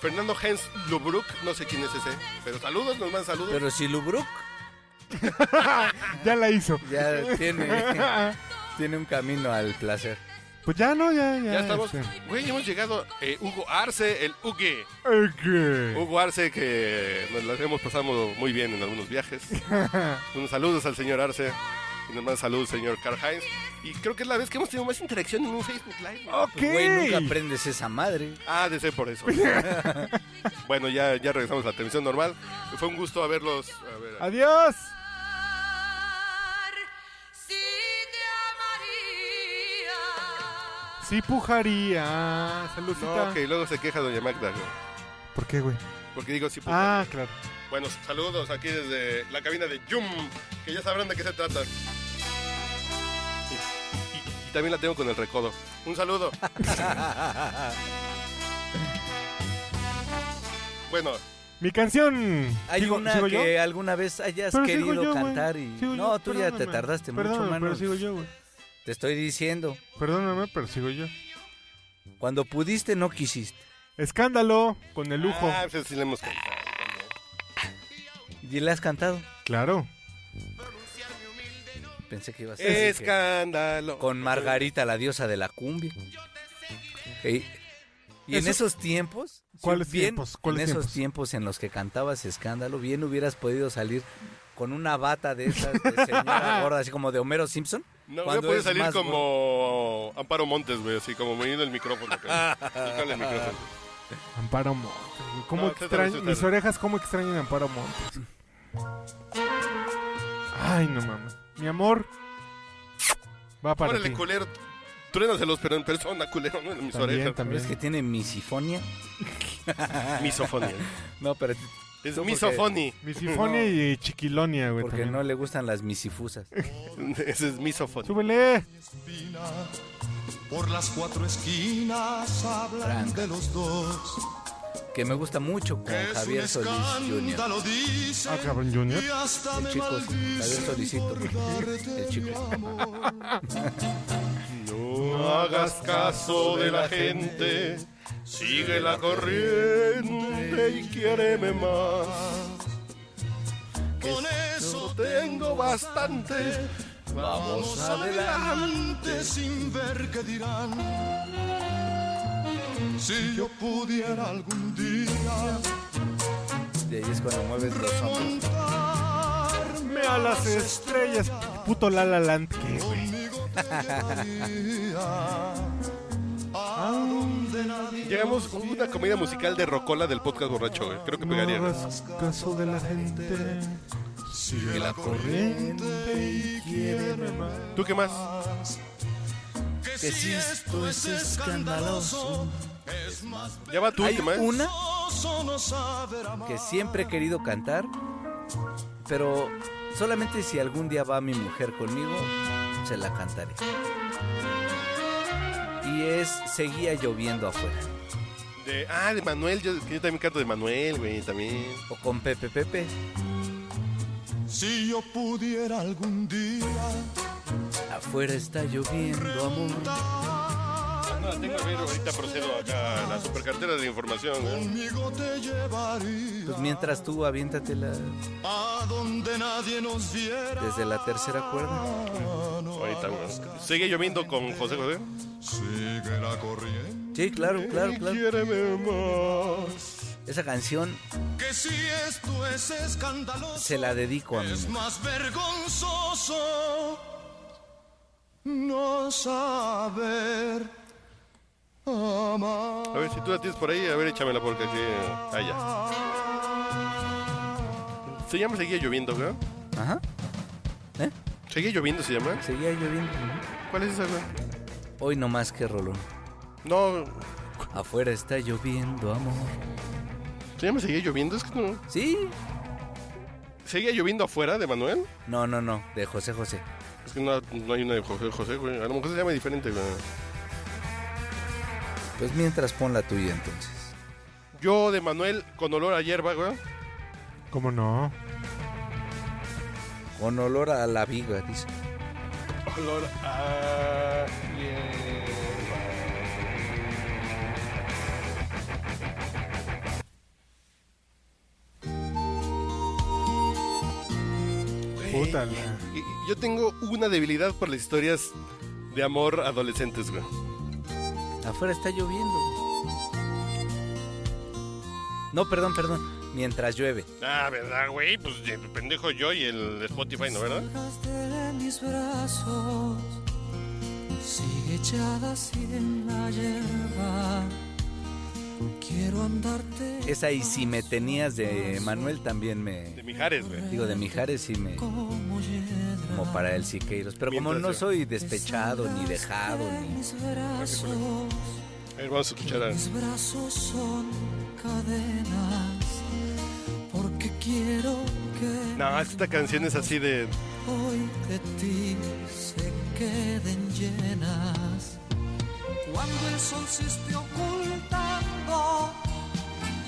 Speaker 5: Fernando Hens Lubruk, no sé quién es ese. Pero saludos, nos mandan saludos.
Speaker 3: Pero si Lubruk
Speaker 1: Ya la hizo. <laughs>
Speaker 3: ya tiene, <laughs> tiene un camino al placer.
Speaker 1: Pues ya no, ya, ya.
Speaker 5: ya estamos.
Speaker 1: este.
Speaker 5: Güey, hemos llegado. eh, Hugo Arce, el Uge.
Speaker 1: Ok.
Speaker 5: Hugo Arce, que nos la hemos pasado muy bien en
Speaker 1: <laughs>
Speaker 5: algunos viajes. Unos saludos al señor Arce. Y nos manda saludos, señor Karl Heinz. Y creo que es la vez que hemos tenido más interacción en un Facebook Live. ¿no?
Speaker 1: Ok.
Speaker 3: Pues, Güey, nunca aprendes esa madre. <laughs>
Speaker 5: Ah, de ser
Speaker 1: <laughs>
Speaker 5: por eso. bueno, ya, ya regresamos a la televisión normal. Fue un gusto haberlos. A ver,
Speaker 1: Adiós. Sí, pujaría. Saludcita.
Speaker 5: no, que luego se queja doña Magda. ¿no?
Speaker 1: ¿Por qué, güey?
Speaker 5: Porque digo, sí, pues,
Speaker 1: Ah, claro.
Speaker 5: Bueno, saludos aquí desde la cabina de Yum, que ya sabrán de qué se trata. Y, y- y también la tengo con el recodo.
Speaker 1: <laughs>
Speaker 5: Un saludo. bueno,
Speaker 1: Mi canción.
Speaker 3: Hay
Speaker 1: ¿Sigo-
Speaker 3: una
Speaker 1: sigo yo?
Speaker 3: que alguna vez hayas
Speaker 1: Pero sigo
Speaker 3: querido
Speaker 1: yo, güey.
Speaker 3: cantar y
Speaker 1: Sigo
Speaker 3: no,
Speaker 1: yo,
Speaker 3: tú ya te
Speaker 1: perdóname.
Speaker 3: tardaste
Speaker 1: Perdóname,
Speaker 3: mucho, mano.
Speaker 1: Pero sigo yo, güey.
Speaker 3: Te estoy diciendo,
Speaker 1: Perdóname, pero sigo yo.
Speaker 3: cuando pudiste no quisiste.
Speaker 1: Escándalo con el lujo.
Speaker 5: Ah, pues sí le hemos contado.
Speaker 3: ¿Y le has cantado?
Speaker 1: Claro.
Speaker 3: Pensé que ibas a decir que-
Speaker 5: Escándalo.
Speaker 3: con Margarita, la diosa de la cumbia. Ey, Y en
Speaker 1: Eso-
Speaker 3: esos tiempos, sí,
Speaker 1: ¿Cuáles
Speaker 3: bien,
Speaker 1: tiempos? ¿Cuáles
Speaker 3: en esos
Speaker 1: tiempos?
Speaker 3: tiempos? en los que cantabas escándalo, bien hubieras podido salir con una bata de esas de
Speaker 1: <laughs>
Speaker 3: señora gorda, así como de Homero Simpson.
Speaker 5: No, voy a
Speaker 3: cuando
Speaker 5: poder
Speaker 3: es
Speaker 5: salir
Speaker 3: más
Speaker 5: como Amparo Montes, güey, así como moviendo el micrófono. güey. Y con el micrófono.
Speaker 1: Amparo Montes. güey. ¿Cómo
Speaker 5: No, usted sabe,
Speaker 1: extraño?
Speaker 5: usted
Speaker 1: Mis
Speaker 5: sabe.
Speaker 1: orejas, ¿cómo extrañan a Amparo Montes? Ay, no mames. Mi amor. Va para
Speaker 5: Órale,
Speaker 1: ti.
Speaker 5: culero. Truénaselos, pero en persona, culero, no en mis
Speaker 1: También,
Speaker 5: orejas.
Speaker 1: también.
Speaker 3: ¿Ves que tiene misifonia?
Speaker 5: Misofonia.
Speaker 3: No, pero
Speaker 5: Es
Speaker 3: No, porque-
Speaker 5: misofoni.
Speaker 1: Misifonia y chiquilonia, güey.
Speaker 3: porque
Speaker 1: también.
Speaker 3: no le gustan las misifusas.
Speaker 5: <laughs> Ese es misofoni.
Speaker 1: ¡Súbele!
Speaker 8: Por las cuatro esquinas hablan
Speaker 3: Franco.
Speaker 8: de los dos.
Speaker 3: Que me gusta mucho con
Speaker 8: Es un
Speaker 3: Javier Solís Jr.
Speaker 8: escándalo,
Speaker 1: Ah,
Speaker 8: dicen.
Speaker 1: cabrón, Junior.
Speaker 8: Y hasta
Speaker 3: El
Speaker 8: me
Speaker 3: chico, Javier
Speaker 8: maldicen
Speaker 3: Solicito.
Speaker 8: por darte
Speaker 3: El chico.
Speaker 8: mi amor.
Speaker 5: No hagas caso de la gente, sigue la corriente y quiéreme más. Con eso tengo bastante.
Speaker 3: Vamos adelante.
Speaker 8: adelante sin ver qué dirán. Si yo pudiera algún día
Speaker 3: Y ahí es cuando mueves los hombros.
Speaker 8: montarme
Speaker 1: A las estrellas. Puto La La Land, ¿qué, güey?
Speaker 8: Conmigo te llevaría a donde nadie
Speaker 5: Llegamos con una comida musical de Rocola del podcast borracho, güey. Creo que
Speaker 1: No
Speaker 5: pegaría.
Speaker 1: hagas caso de la gente.
Speaker 8: sigue la
Speaker 1: Corriente y quiéreme más.
Speaker 5: ¿Tú qué más?
Speaker 8: Que si esto es escandaloso, es más
Speaker 5: Ya va tú,
Speaker 3: Hay
Speaker 5: ¿qué más?
Speaker 3: una
Speaker 8: vergonzoso no saber amar.
Speaker 3: que siempre he querido cantar, pero solamente si algún día va mi mujer conmigo, se la cantaré. Y es Seguía lloviendo afuera.
Speaker 5: De- ah, de Manuel. Yo, que yo también canto de Manuel, güey, también.
Speaker 3: O con Pepe Pepe.
Speaker 8: Si yo pudiera algún día
Speaker 3: Afuera está lloviendo, amor.
Speaker 5: No, la tengo a ver, ahorita procedo acá a la supercartera de información, ¿eh? güey.
Speaker 8: conmigo te llevaría
Speaker 3: Pues mientras tú aviéntatela
Speaker 8: a donde nadie nos viera.
Speaker 3: desde la tercera cuerda.
Speaker 5: Ahorita, güey. Sigue lloviendo con José José.
Speaker 8: Sigue la corriente.
Speaker 3: Sí, claro, claro, claro.
Speaker 5: Quiéreme más.
Speaker 3: Esa canción
Speaker 8: Que si esto es escandaloso,
Speaker 3: se la dedico a mi
Speaker 8: es
Speaker 3: mujer.
Speaker 8: más vergonzoso no saber amar.
Speaker 5: A ver, si tú la tienes por ahí, a ver, échamela porque aquí. Ah, ya. Se llama Seguía lloviendo, güey.
Speaker 3: Ajá.
Speaker 5: Seguía lloviendo, se llama.
Speaker 3: Seguía lloviendo.
Speaker 5: ¿Cuál es esa, güey?
Speaker 3: Hoy nomás que rolón.
Speaker 5: No.
Speaker 3: Afuera está lloviendo, amor.
Speaker 5: ¿Ya me seguía lloviendo? Es que no.
Speaker 3: ¿Sí?
Speaker 5: ¿Seguía lloviendo afuera de Manuel?
Speaker 3: No, no, no, de José José.
Speaker 5: Es que no, no hay una de José José, güey. A lo mejor se llama diferente, güey.
Speaker 3: Pues mientras pon la tuya entonces.
Speaker 5: Yo de Manuel con olor a hierba, güey.
Speaker 1: ¿Cómo no?
Speaker 3: Con olor a la viga, dice.
Speaker 5: Olor a
Speaker 1: Puta la-
Speaker 5: Y- Yo tengo una debilidad por las historias de amor adolescentes, güey.
Speaker 3: Afuera está lloviendo. No, perdón, perdón. Mientras llueve.
Speaker 5: Ah, ¿verdad, güey? Pues el pendejo yo y el Spotify, ¿no, verdad?
Speaker 7: de mis brazos sigue echada así en la hierba. Quiero andarte
Speaker 3: Esa y si me tenías de Manuel también
Speaker 5: De
Speaker 3: me.
Speaker 5: Mijares, güey.
Speaker 3: Digo, de Mijares y me.
Speaker 7: como hiedra
Speaker 3: Como para el Siqueiros. Pero como
Speaker 5: Mientras
Speaker 3: no
Speaker 5: llueve.
Speaker 3: soy despechado ni dejado ni.
Speaker 7: mis brazos.
Speaker 5: A ver, vamos a escuchar a...
Speaker 7: Mis brazos son cadenas porque quiero que
Speaker 5: No, esta canción es así de...
Speaker 7: hoy de ti se queden llenas. Cuando el sol se esté ocultando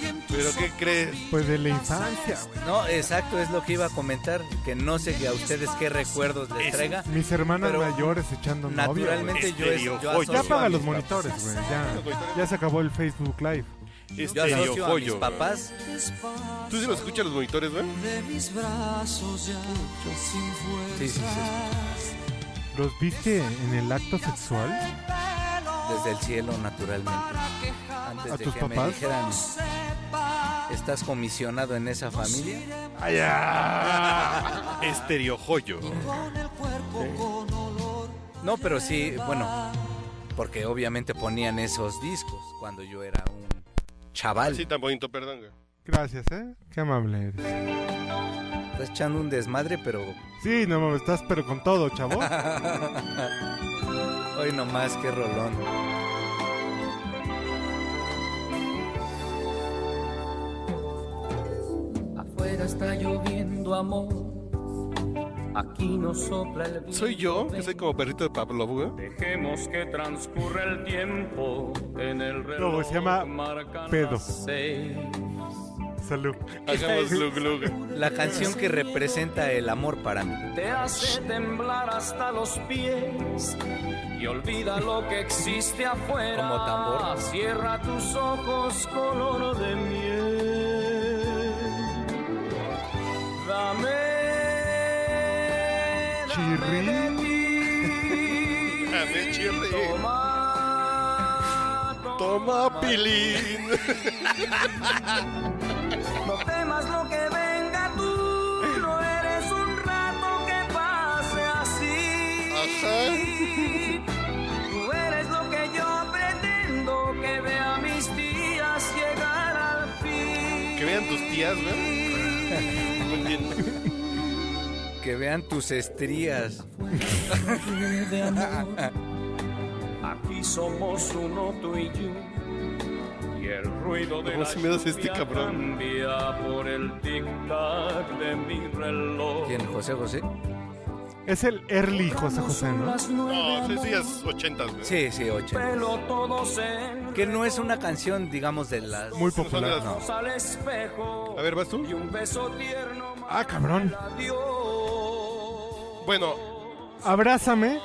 Speaker 7: y en tus
Speaker 5: ¿Pero qué
Speaker 7: ojos
Speaker 5: crees?
Speaker 1: Pues de la infancia, güey.
Speaker 3: No, exacto, es lo que iba a comentar. Que no sé que a ustedes qué recuerdos les traiga.
Speaker 1: Mis hermanas
Speaker 3: Pero
Speaker 1: mayores echando novio. güey.
Speaker 3: Naturalmente yo, es-
Speaker 5: Estereo
Speaker 3: yo
Speaker 1: Ya
Speaker 5: joya.
Speaker 3: asocio a
Speaker 1: apaga
Speaker 3: mis
Speaker 1: los
Speaker 3: papás.
Speaker 1: monitores, güey. Ya, ya se acabó el Facebook Live.
Speaker 3: Yo
Speaker 5: Este
Speaker 3: asocio a mis
Speaker 5: joyo. güey.
Speaker 3: papás.
Speaker 5: ¿Tú sí lo escuchas los monitores, güey?
Speaker 7: de mis brazos ya sin fuerzas.
Speaker 3: Sí, sí, sí.
Speaker 1: ¿Los viste en el acto sexual?
Speaker 3: Desde el cielo, naturalmente. Antes
Speaker 1: ¿A
Speaker 3: de
Speaker 1: tus
Speaker 3: que me
Speaker 1: papás?
Speaker 3: dijeran, estás comisionado en esa familia.
Speaker 5: Estereo joyo.
Speaker 3: No, pero sí, bueno, porque obviamente ponían esos discos cuando yo era un chaval.
Speaker 5: Sí, tan bonito, perdón, güey.
Speaker 1: Gracias, ¿eh? Qué amable eres.
Speaker 3: Estás echando un desmadre, pero
Speaker 1: Sí, no mames, estás pero con todo, chavo.
Speaker 5: <laughs>
Speaker 3: hoy nomás, qué rolón.
Speaker 9: Afuera está lloviendo amor. Aquí no sopla el viento.
Speaker 5: ¿Soy yo? Que soy como perrito de Pablo, güey.
Speaker 10: Dejemos que transcurra el tiempo en el reloj.
Speaker 1: No, se llama
Speaker 10: marcan
Speaker 1: pedo.
Speaker 10: las seis.
Speaker 1: Salud.
Speaker 5: Hagamos glu glu, güey.
Speaker 3: La canción que representa el amor para mí.
Speaker 10: Te hace temblar hasta los pies y olvida lo que existe afuera.
Speaker 3: Como tambor.
Speaker 10: Cierra tus ojos color de miel. Dame. <laughs> dame de ti.
Speaker 5: Dame, chirri.
Speaker 10: Toma,
Speaker 5: Toma, pilín.
Speaker 10: No temas lo que venga tú, no eres un rato que pase así. Tú eres lo que yo pretendo que vea mis días llegar al fin.
Speaker 5: Que vean tus tías, <laughs>
Speaker 10: güey.
Speaker 5: No entiendo.
Speaker 3: Que vean tus estrías.
Speaker 10: de amor. Aquí somos uno tú y yo. Y el ruido de
Speaker 5: ¿Cómo
Speaker 10: la
Speaker 5: se me das este
Speaker 10: lluvia
Speaker 5: cabrón?
Speaker 10: cambia por el tic-tac de mi reloj.
Speaker 3: ¿Quién? José José.
Speaker 1: Es el early José José,
Speaker 10: Son
Speaker 1: ¿no?
Speaker 10: las nueve,
Speaker 5: No,
Speaker 10: amor,
Speaker 5: sí, sí, es 80, güey.
Speaker 3: Sí, sí, ocho.
Speaker 10: Pero todos en
Speaker 3: Que no es una canción, digamos, de las...
Speaker 1: Muy
Speaker 5: No son de
Speaker 1: popular.
Speaker 5: las-
Speaker 10: rezos al espejo.
Speaker 5: A ver, ¿vas tú?
Speaker 10: Y un beso tierno más
Speaker 1: Ah, cabrón.
Speaker 10: adiós.
Speaker 5: Bueno,
Speaker 1: Abrázame.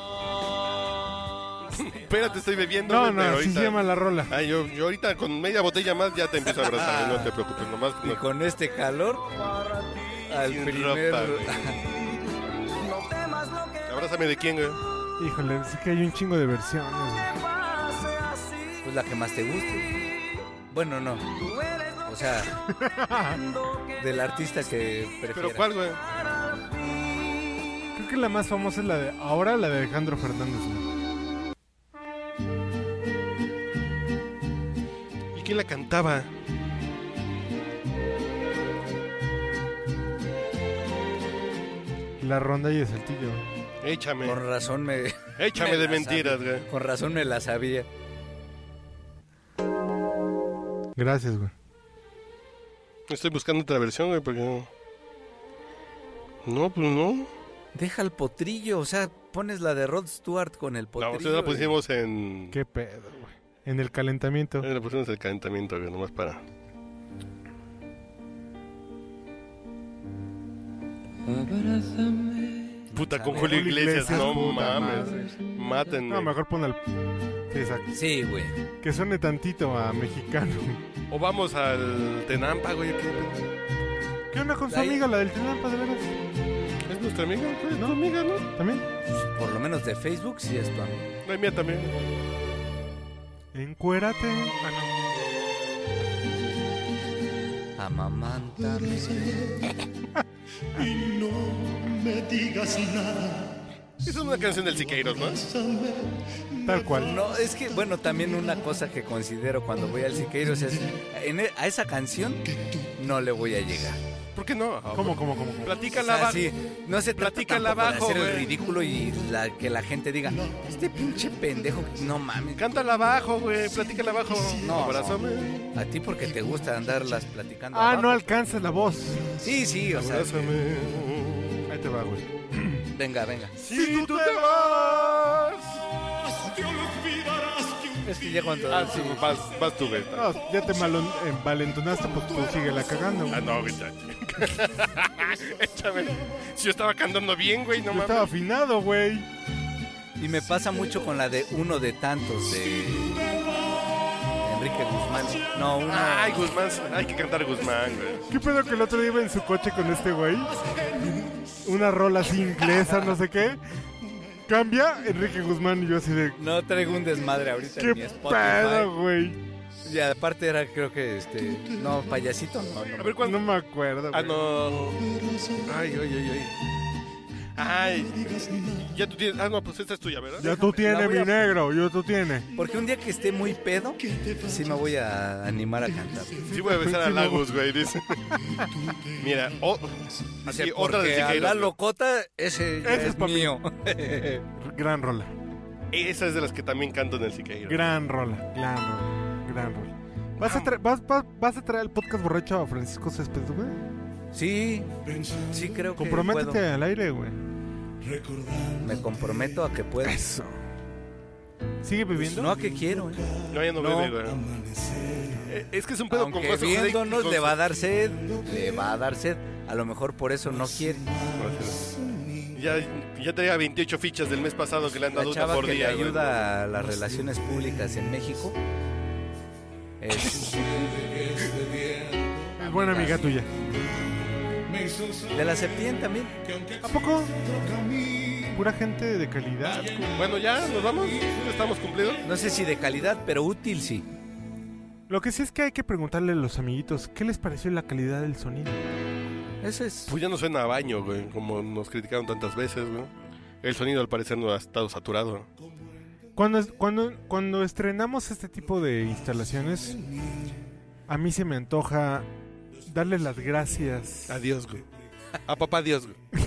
Speaker 5: espérate, estoy bebiendo.
Speaker 1: No,
Speaker 5: güey, pero
Speaker 1: no, sí
Speaker 5: ahorita-
Speaker 1: se llama la rola.
Speaker 5: Ay, yo, yo ahorita con media botella más ya te empiezo a abrazar, güey, no te preocupes, nomás
Speaker 3: Y
Speaker 5: no,
Speaker 3: con este calor, al
Speaker 5: Sin
Speaker 3: primer...
Speaker 5: ropa, güey. Abrázame de quién, güey.
Speaker 1: Híjole, es que hay un chingo de versiones. güey.
Speaker 3: pues la que más te guste. Bueno, no.
Speaker 5: <laughs>
Speaker 3: O sea, del artista que
Speaker 5: Pero
Speaker 3: prefieras.
Speaker 5: cuál, güey.
Speaker 1: Creo que la más famosa es la de ahora, la de Alejandro Fernández. güey.
Speaker 5: ¿Y quién la cantaba?
Speaker 1: La ronda y el saltillo.
Speaker 5: Échame.
Speaker 3: Con razón me...
Speaker 5: Échame
Speaker 3: me
Speaker 5: de
Speaker 3: la
Speaker 5: mentiras,
Speaker 3: sabía.
Speaker 5: güey.
Speaker 3: Con razón me la sabía.
Speaker 1: Gracias, güey.
Speaker 5: Estoy buscando otra versión, güey, porque no. No, pues no.
Speaker 3: Deja el potrillo, o sea, pones la de Rod Stewart con el potrillo.
Speaker 5: No, nosotros la pusimos en.
Speaker 1: ¿Qué pedo, güey? En el calentamiento.
Speaker 5: La pusimos en el calentamiento, güey, nomás para.
Speaker 9: Abrázame.
Speaker 5: Puta, con Julio Iglesias, no
Speaker 1: puta
Speaker 5: mames.
Speaker 1: madre.
Speaker 5: Mátenme.
Speaker 1: No, mejor pon al. Sí, exacto.
Speaker 3: Sí, güey.
Speaker 1: Que suene tantito a mexicano.
Speaker 5: O vamos al Tenampa, güey. ¿qué?
Speaker 1: ¿Qué onda con su
Speaker 3: La-
Speaker 1: amiga, la del Tenampa, de veras?
Speaker 5: ¿Es nuestra amiga? güey? ¿Es
Speaker 1: No.
Speaker 5: tu amiga, no?
Speaker 1: ¿También?
Speaker 3: Por lo menos de Facebook sí es tu amigo.
Speaker 5: No, y mía también.
Speaker 1: Encuérate. Ah, no.
Speaker 3: Amamantarme.
Speaker 8: Y no me digas nada.
Speaker 5: Esa es una canción del Siqueiros, ¿no?
Speaker 8: Bésame.
Speaker 1: Tal cual.
Speaker 3: No, es que, bueno, también una cosa que considero cuando voy al Siqueiros es, en e- a esa canción no le voy a llegar.
Speaker 5: ¿Por qué no?
Speaker 1: ¿Cómo, cómo, cómo? cómo?
Speaker 5: Platícala
Speaker 3: O sea,
Speaker 5: abajo.
Speaker 3: Ah, sí, no se trata
Speaker 5: Platícala
Speaker 3: tampoco
Speaker 5: abajo,
Speaker 3: de hacer el
Speaker 5: güey.
Speaker 3: ridículo y la- que la gente diga, este pinche pendejo, no mames.
Speaker 5: Cántala abajo, güey. Platícala abajo.
Speaker 3: No,
Speaker 5: Abrázame.
Speaker 3: A ti porque te gusta andarlas platicando.
Speaker 1: Ah,
Speaker 3: abajo.
Speaker 1: no alcanzas la voz.
Speaker 3: Sí, sí, o sea,
Speaker 5: Abrázame.
Speaker 1: Ahí te va, güey.
Speaker 3: venga, venga.
Speaker 5: Si tú te vas.
Speaker 3: Es que ya cuando...
Speaker 5: Ah, sí, vas, vas tú, güey.
Speaker 1: No, ya te malon- eh, valentonaste, pues tú sigue la cagando.
Speaker 5: Ah,
Speaker 1: güey.
Speaker 5: no, güey. ya. Échame. Si yo estaba cantando bien, güey, no
Speaker 1: Yo estaba
Speaker 5: mames.
Speaker 1: afinado, güey.
Speaker 3: Y me pasa mucho con la de uno de tantos de Enrique Guzmán. No, uno.
Speaker 5: Ay, Guzmán. Hay que cantar Guzmán, güey.
Speaker 1: ¿Qué pedo que el otro día iba en su coche con este güey? Una rola así inglesa, no sé qué. Cambia Enrique Guzmán y yo así de...
Speaker 3: No traigo un desmadre ahorita
Speaker 1: ¿Qué
Speaker 3: en mi
Speaker 1: pedo,
Speaker 3: Spotify.
Speaker 1: güey?
Speaker 3: Y aparte era, creo que este. No, payasito, no.
Speaker 5: A
Speaker 3: no.
Speaker 5: ver cuándo.
Speaker 1: No me acuerdo,
Speaker 5: Ah,
Speaker 1: güey.
Speaker 5: no. Ay, ay, ay, ay. Ay, ya tú tienes. Ah, no, pues esta es tuya, ¿verdad?
Speaker 1: Ya tú
Speaker 3: la
Speaker 1: tienes,
Speaker 3: voy
Speaker 1: mi
Speaker 3: a-
Speaker 1: negro, yo tú tienes.
Speaker 3: Porque un día que esté muy pedo, sí me voy a animar a cantar.
Speaker 5: Sí, voy a besar a Lagos, güey, dice. Mira, o- así,
Speaker 3: Dice,
Speaker 5: otra de
Speaker 3: porque a
Speaker 5: Siqueiros.
Speaker 3: la
Speaker 5: güey.
Speaker 3: locota, ese ya
Speaker 1: Ese es
Speaker 3: es,
Speaker 1: pa' mí.
Speaker 3: mío. <laughs>
Speaker 1: Gran rola,
Speaker 5: Esa es de las que también canto en el Siqueiros.
Speaker 1: gran rola, gran rola, gran rola. ¿Vas a, tra- vas, vas- vas a traer el podcast borracho a Francisco Céspedes, güey?
Speaker 3: Sí, sí creo que.
Speaker 1: Comprométete
Speaker 3: puedo.
Speaker 1: al aire, güey.
Speaker 3: Me comprometo a que puedo.
Speaker 1: Eso. ¿Sigue viviendo?
Speaker 3: Pues No a que quiero, ¿eh?
Speaker 5: No, ya no,
Speaker 3: No.
Speaker 5: bebe, güey. Eh, Es que es un pedo con
Speaker 3: Aunque
Speaker 5: José José y-
Speaker 3: viéndonos
Speaker 5: con-
Speaker 3: le va a dar sed, le va a dar sed. A lo mejor por eso no quiere.
Speaker 5: Ya, ya traía 28 fichas del mes pasado que le han
Speaker 3: La
Speaker 5: dado una
Speaker 3: chava
Speaker 5: por
Speaker 3: que le
Speaker 5: día. güey.
Speaker 3: ayuda a las relaciones públicas en México
Speaker 1: <laughs>
Speaker 3: es
Speaker 1: Es Ah, buena amiga tuya.
Speaker 3: de la Septien también.
Speaker 1: ¿A poco? Pura gente de calidad.
Speaker 5: Bueno, ya, nos vamos. ¿Ya Estamos cumplidos.
Speaker 3: No sé si de calidad, pero útil sí.
Speaker 1: Lo que sí es que hay que preguntarle a los amiguitos, ¿qué les pareció la calidad del sonido?
Speaker 3: Eso es.
Speaker 5: Pues ya no suena a baño, güey, como nos criticaron tantas veces, güey. El sonido al parecer no ha estado saturado.
Speaker 1: Cuando, es- cuando, cuando estrenamos este tipo de instalaciones, a mí se me antoja darles las gracias.
Speaker 5: Adiós, güey. A papá Dios, güey.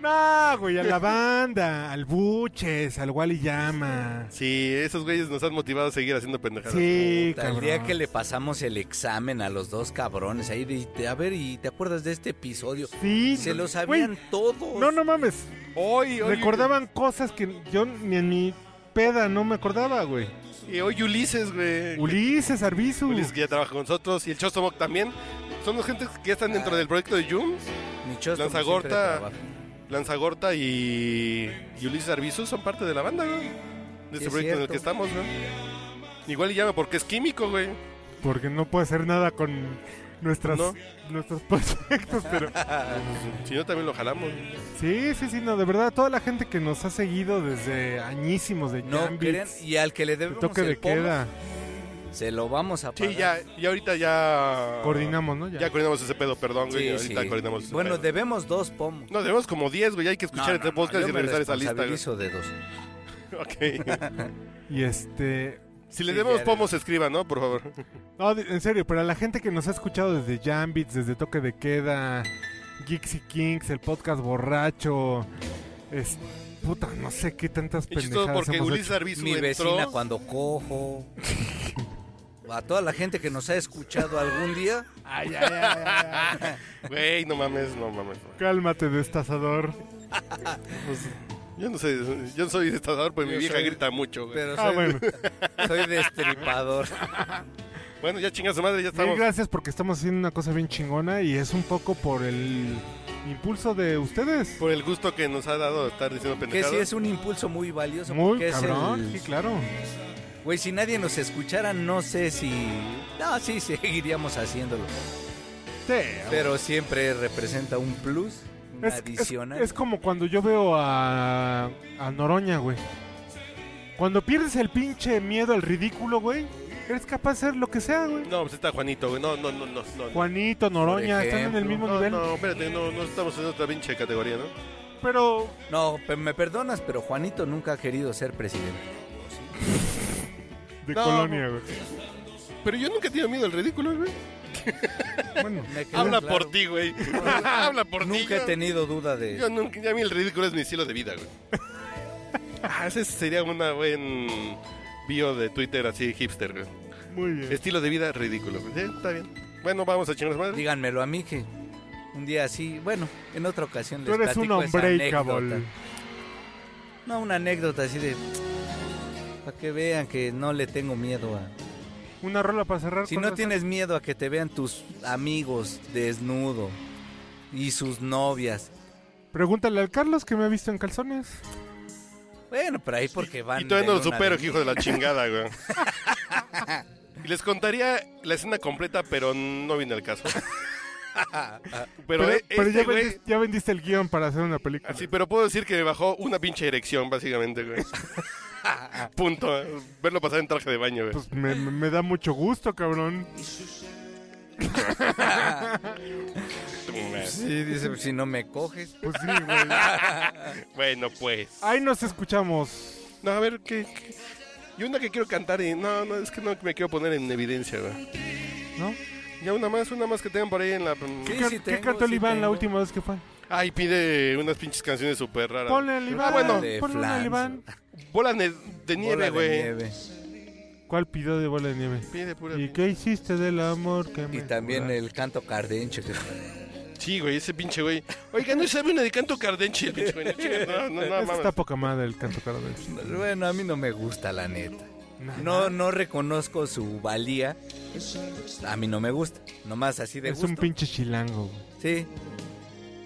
Speaker 1: No, güey, a la <laughs> banda, al Buches, al Wally Llama.
Speaker 5: Sí, esos güeyes nos han motivado a seguir haciendo pendejadas.
Speaker 1: Sí,
Speaker 3: El
Speaker 1: cabrón.
Speaker 3: día que le pasamos el examen a los dos cabrones ahí de, de- a ver y te acuerdas de este episodio.
Speaker 1: Sí,
Speaker 3: Se lo
Speaker 1: güey,
Speaker 3: sabían todos.
Speaker 1: No, no mames.
Speaker 5: Hoy, hoy,
Speaker 1: Recordaban cosas que yo ni en mi peda no me acordaba, güey.
Speaker 5: Y eh, hoy Ulises, güey.
Speaker 1: Ulises, Arbizu.
Speaker 5: Ulises que ya trabaja con nosotros y el Chostomok también. Son dos gentes que ya están dentro del proyecto de Jum,
Speaker 3: Ni chos, como
Speaker 5: Lanzagorta.
Speaker 3: siempre trabaja.
Speaker 5: Lanzagorta y, y Ulises Arbizu son parte de la banda, güey. De
Speaker 3: Sí,
Speaker 5: este
Speaker 3: es
Speaker 5: proyecto en el
Speaker 3: cierto.
Speaker 5: que estamos, güey. Igual y llama porque es químico, güey.
Speaker 1: Porque no puede hacer nada con nuestras,
Speaker 5: No.
Speaker 1: nuestros <laughs> proyectos, pero...
Speaker 5: Si no, también lo jalamos.
Speaker 1: Sí, sí, sí, no, de verdad, toda la gente que nos ha seguido desde añísimos de
Speaker 3: No
Speaker 1: Jambits,
Speaker 3: creen. Y al que le
Speaker 1: de
Speaker 3: debemos
Speaker 1: toque
Speaker 3: el
Speaker 1: de
Speaker 3: pomo,
Speaker 1: queda,
Speaker 3: se lo vamos a pagar.
Speaker 5: Sí, ya, y ahorita ya.
Speaker 1: coordinamos, ¿no? Ya.
Speaker 5: Ya coordinamos ese pedo, perdón, güey.
Speaker 3: Sí,
Speaker 5: ahorita
Speaker 3: sí.
Speaker 5: coordinamos ese
Speaker 3: Bueno,
Speaker 5: pedo.
Speaker 3: debemos dos pomos.
Speaker 5: No, debemos como 10, güey. Hay que escuchar
Speaker 3: No,
Speaker 5: este
Speaker 3: no, no,
Speaker 5: podcast
Speaker 3: yo
Speaker 5: y
Speaker 3: me
Speaker 5: revisar esa lista, güey.
Speaker 3: responsabilizo de dos.
Speaker 5: Ok.
Speaker 3: <laughs>
Speaker 1: Y este...
Speaker 5: Si le
Speaker 3: Sí,
Speaker 5: debemos
Speaker 3: ya.
Speaker 5: pomos, escriba, ¿no?
Speaker 1: <laughs>
Speaker 5: Por favor.
Speaker 1: No, de- en serio, para la gente que nos ha escuchado desde Jambits, desde Toque de Queda, Geeks y Kings, el podcast borracho, es... Puta, no sé qué tantas
Speaker 5: Y chistoso
Speaker 1: pendejadas
Speaker 5: porque
Speaker 1: hemos
Speaker 5: Ulises
Speaker 1: hecho.
Speaker 5: Arbizu
Speaker 3: Mi
Speaker 5: <laughs> entró.
Speaker 3: vecina cuando cojo. a toda la gente que nos ha escuchado algún día.
Speaker 5: Ay, ay, ay, Güey, no mames, no mames.
Speaker 1: Cálmate, destazador.
Speaker 5: Pues, yo no sé, yo no soy destazador, pues mi vieja
Speaker 3: soy-
Speaker 5: grita mucho, güey.
Speaker 3: Pero soy,
Speaker 1: Ah,
Speaker 3: <laughs>
Speaker 1: bueno.
Speaker 3: soy
Speaker 5: <laughs>
Speaker 3: destripador.
Speaker 5: Bueno, ya chinga su madre, ya
Speaker 1: Mil
Speaker 5: estamos.
Speaker 1: gracias porque estamos haciendo una cosa bien chingona y es un poco por el impulso de ustedes.
Speaker 5: Por el gusto que nos ha dado estar diciendo
Speaker 3: Que
Speaker 5: pendejadas.
Speaker 3: sí es un impulso muy valioso.
Speaker 1: Muy
Speaker 3: porque es
Speaker 1: cabrón,
Speaker 3: el-
Speaker 1: sí, claro.
Speaker 3: Güey, si nadie nos escuchara, no sé si... No, sí, <laughs> seguiríamos haciéndolo. Pero siempre representa un plus, un
Speaker 1: Es, es-
Speaker 3: adicional.
Speaker 1: es como cuando yo veo a, a Noroña, güey. Cuando pierdes el pinche miedo al ridículo, güey, eres capaz de hacer lo que sea, güey.
Speaker 5: No, pues está Juanito, güey. No, no, no, no. no.
Speaker 1: Juanito, Noroña, están en el
Speaker 3: ejemplo.
Speaker 1: mismo
Speaker 5: no,
Speaker 1: nivel.
Speaker 5: no, espérate, no, no estamos en otra pinche categoría, ¿no?
Speaker 1: Pero
Speaker 3: No, pe- me perdonas, pero Juanito nunca ha querido ser presidente.
Speaker 1: de
Speaker 5: No.
Speaker 1: colonia, güey.
Speaker 5: Pero yo nunca he tenido miedo al ridículo, güey.
Speaker 1: Bueno,
Speaker 3: Me queda
Speaker 5: Habla
Speaker 3: claro.
Speaker 5: por ti,
Speaker 3: <laughs>
Speaker 5: güey. Habla por ti.
Speaker 3: Nunca he
Speaker 5: yo-
Speaker 3: tenido duda de...
Speaker 5: Yo nunca, ya a mí el ridículo es mi cielo de
Speaker 3: <laughs>
Speaker 5: vida, güey. Ah, ese sería una buen bio de Twitter así hipster, güey.
Speaker 1: muy bien.
Speaker 5: Estilo de vida ridículo, güey. Sí, está bien. Bueno, vamos a chingar su madre.
Speaker 3: Díganmelo a mí que un día así, bueno, en otra ocasión les
Speaker 1: Tú eres un
Speaker 3: platico esa
Speaker 1: unbreakable.
Speaker 3: anécdota. No, una anécdota así de para que vean que no le tengo miedo a.
Speaker 1: Una rola para cerrar.
Speaker 3: Si
Speaker 1: con
Speaker 3: no
Speaker 1: esa.
Speaker 3: tienes miedo a que te vean tus amigos desnudo y sus novias.
Speaker 1: Pregúntale al Carlos que me ha visto en calzones.
Speaker 3: Bueno, por ahí porque van
Speaker 5: Y todavía no
Speaker 3: de
Speaker 5: lo
Speaker 3: luna
Speaker 5: supero,
Speaker 3: de-
Speaker 5: hijo de la chingada,
Speaker 3: <laughs>
Speaker 5: güey. Y les contaría la escena completa, pero no viene al
Speaker 3: <laughs>
Speaker 5: caso. Pero,
Speaker 1: Pero,
Speaker 5: eh,
Speaker 1: pero
Speaker 5: este
Speaker 1: ya,
Speaker 5: güey-
Speaker 1: vendiste, ya vendiste el guión para hacer una película.
Speaker 5: Así, pero puedo decir que me bajó una pinche erección, básicamente, <laughs> güey. Punto. Verlo pasar en traje de baño, güey.
Speaker 1: Pues me, me- me da mucho gusto, cabrón.
Speaker 5: <laughs>
Speaker 3: Sí, dice, si no me coges.
Speaker 1: Pues sí, güey.
Speaker 5: bueno, pues.
Speaker 1: Ahí nos escuchamos.
Speaker 5: No, a ver, ¿qué, qué? Y una que quiero cantar y... No, no, es que no me quiero poner en evidencia, güey.
Speaker 1: ¿No?
Speaker 5: Ya una más, una más que tengan por ahí en la... mm,
Speaker 3: Sí,
Speaker 1: ¿Qué,
Speaker 3: sí
Speaker 1: qué
Speaker 3: tengo,
Speaker 1: cantó el
Speaker 3: sí
Speaker 1: Iván la
Speaker 3: tengo.
Speaker 1: última vez que fue?
Speaker 5: Ay, pide unas pinches canciones súper raras.
Speaker 1: Ponle al Iván.
Speaker 5: Ah, bueno.
Speaker 3: De
Speaker 1: ponle al
Speaker 3: Flans.
Speaker 1: Iván.
Speaker 5: Bola ne- de
Speaker 3: Bola
Speaker 5: nieve,
Speaker 3: de
Speaker 5: güey.
Speaker 3: nieve.
Speaker 1: ¿Cuál pidió de bola de nieve?
Speaker 5: Pide pura...
Speaker 1: ¿Y qué hiciste del amor que me
Speaker 3: Y también
Speaker 1: juraste?
Speaker 3: el canto cardenche. que-
Speaker 5: Sí, güey, ese pinche güey. Oiga, ¿no sabe una de canto Cardenche? el pinche güey? No, chingas, No, no, no,
Speaker 1: Ese está
Speaker 5: Ah, mames.
Speaker 1: poca madre el canto Cardenal.
Speaker 3: Bueno, a mí no me gusta, la neta. No, no reconozco su valía. A mí no me gusta. Nomás así de
Speaker 1: Es
Speaker 3: gusto.
Speaker 1: un pinche chilango, güey.
Speaker 3: Sí.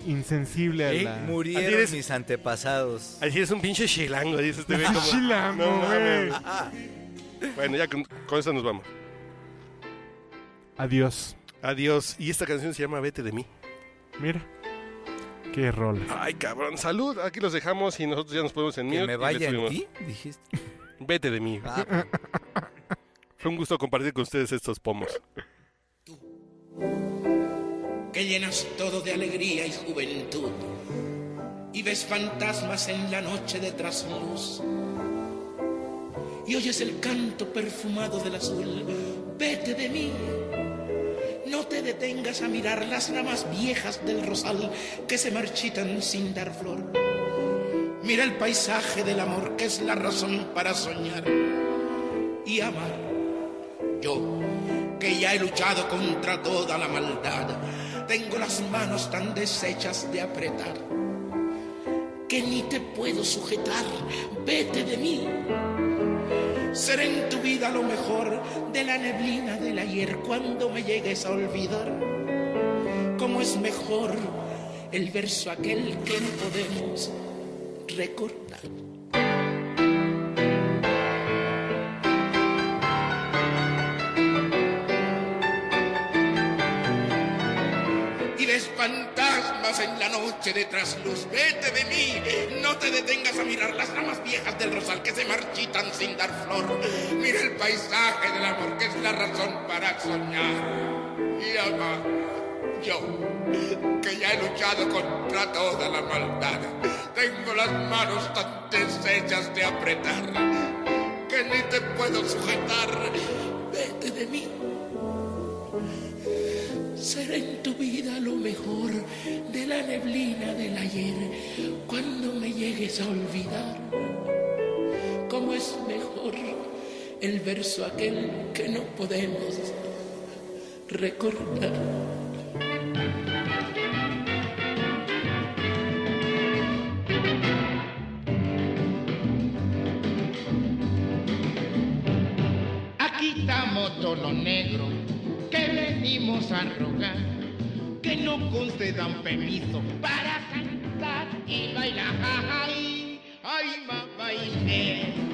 Speaker 1: insensible a
Speaker 5: ¿Eh?
Speaker 1: la... <laughs>
Speaker 3: Murieron
Speaker 5: Así eres.
Speaker 3: mis antepasados.
Speaker 5: Así es un pinche chilango,
Speaker 1: <laughs>
Speaker 5: dice este güey.
Speaker 1: Es
Speaker 5: como-
Speaker 1: chilango,
Speaker 5: No mames.
Speaker 1: güey.
Speaker 5: Bueno, ya con, con eso nos vamos.
Speaker 1: Adiós.
Speaker 5: Adiós. Y esta canción se llama Vete de mí.
Speaker 1: Mira. Qué rol.
Speaker 5: Ay, cabrón. Salud. Aquí los dejamos y nosotros ya nos ponemos en mute.
Speaker 3: Que me
Speaker 5: y le
Speaker 3: vaya en
Speaker 5: subimos.
Speaker 3: ti, dijiste.
Speaker 5: Vete de mí.
Speaker 3: Ah,
Speaker 5: <laughs> Fue un gusto compartir con ustedes estos pomos.
Speaker 11: que llenas todo de alegría y juventud, y ves fantasmas en la noche de trasluz, y oyes el canto perfumado del azul, vete de mí. No te detengas a mirar las ramas viejas del rosal que se marchitan sin dar flor. Mira el paisaje del amor que es la razón para soñar y amar. Yo que ya he luchado contra toda la maldad. Tengo las manos tan deshechas de apretar que ni te puedo sujetar. Vete de mí. Seré en tu vida lo mejor de la neblina del ayer cuando me llegues a olvidar. Cómo es mejor el verso aquel que no podemos recordar. y ves fantasmas en la noche de trasluz. Vete de mí, no te detengas a mirar las ramas viejas del rosal que se marchitan sin dar flor. Mira el paisaje del amor que es la razón para soñar y amar. Yo, que ya he luchado contra toda la maldad, tengo las manos tan deshechas de apretar que ni te puedo sujetar. Vete de mí será en tu vida lo mejor de la neblina del ayer cuando me llegues a olvidar. Cómo es mejor
Speaker 12: el verso aquel que no podemos recordar.
Speaker 11: Aquí estamos todos los negros que venimos a rogar que no concedan permiso para cantar y bailar. Ay, ay, mamá, y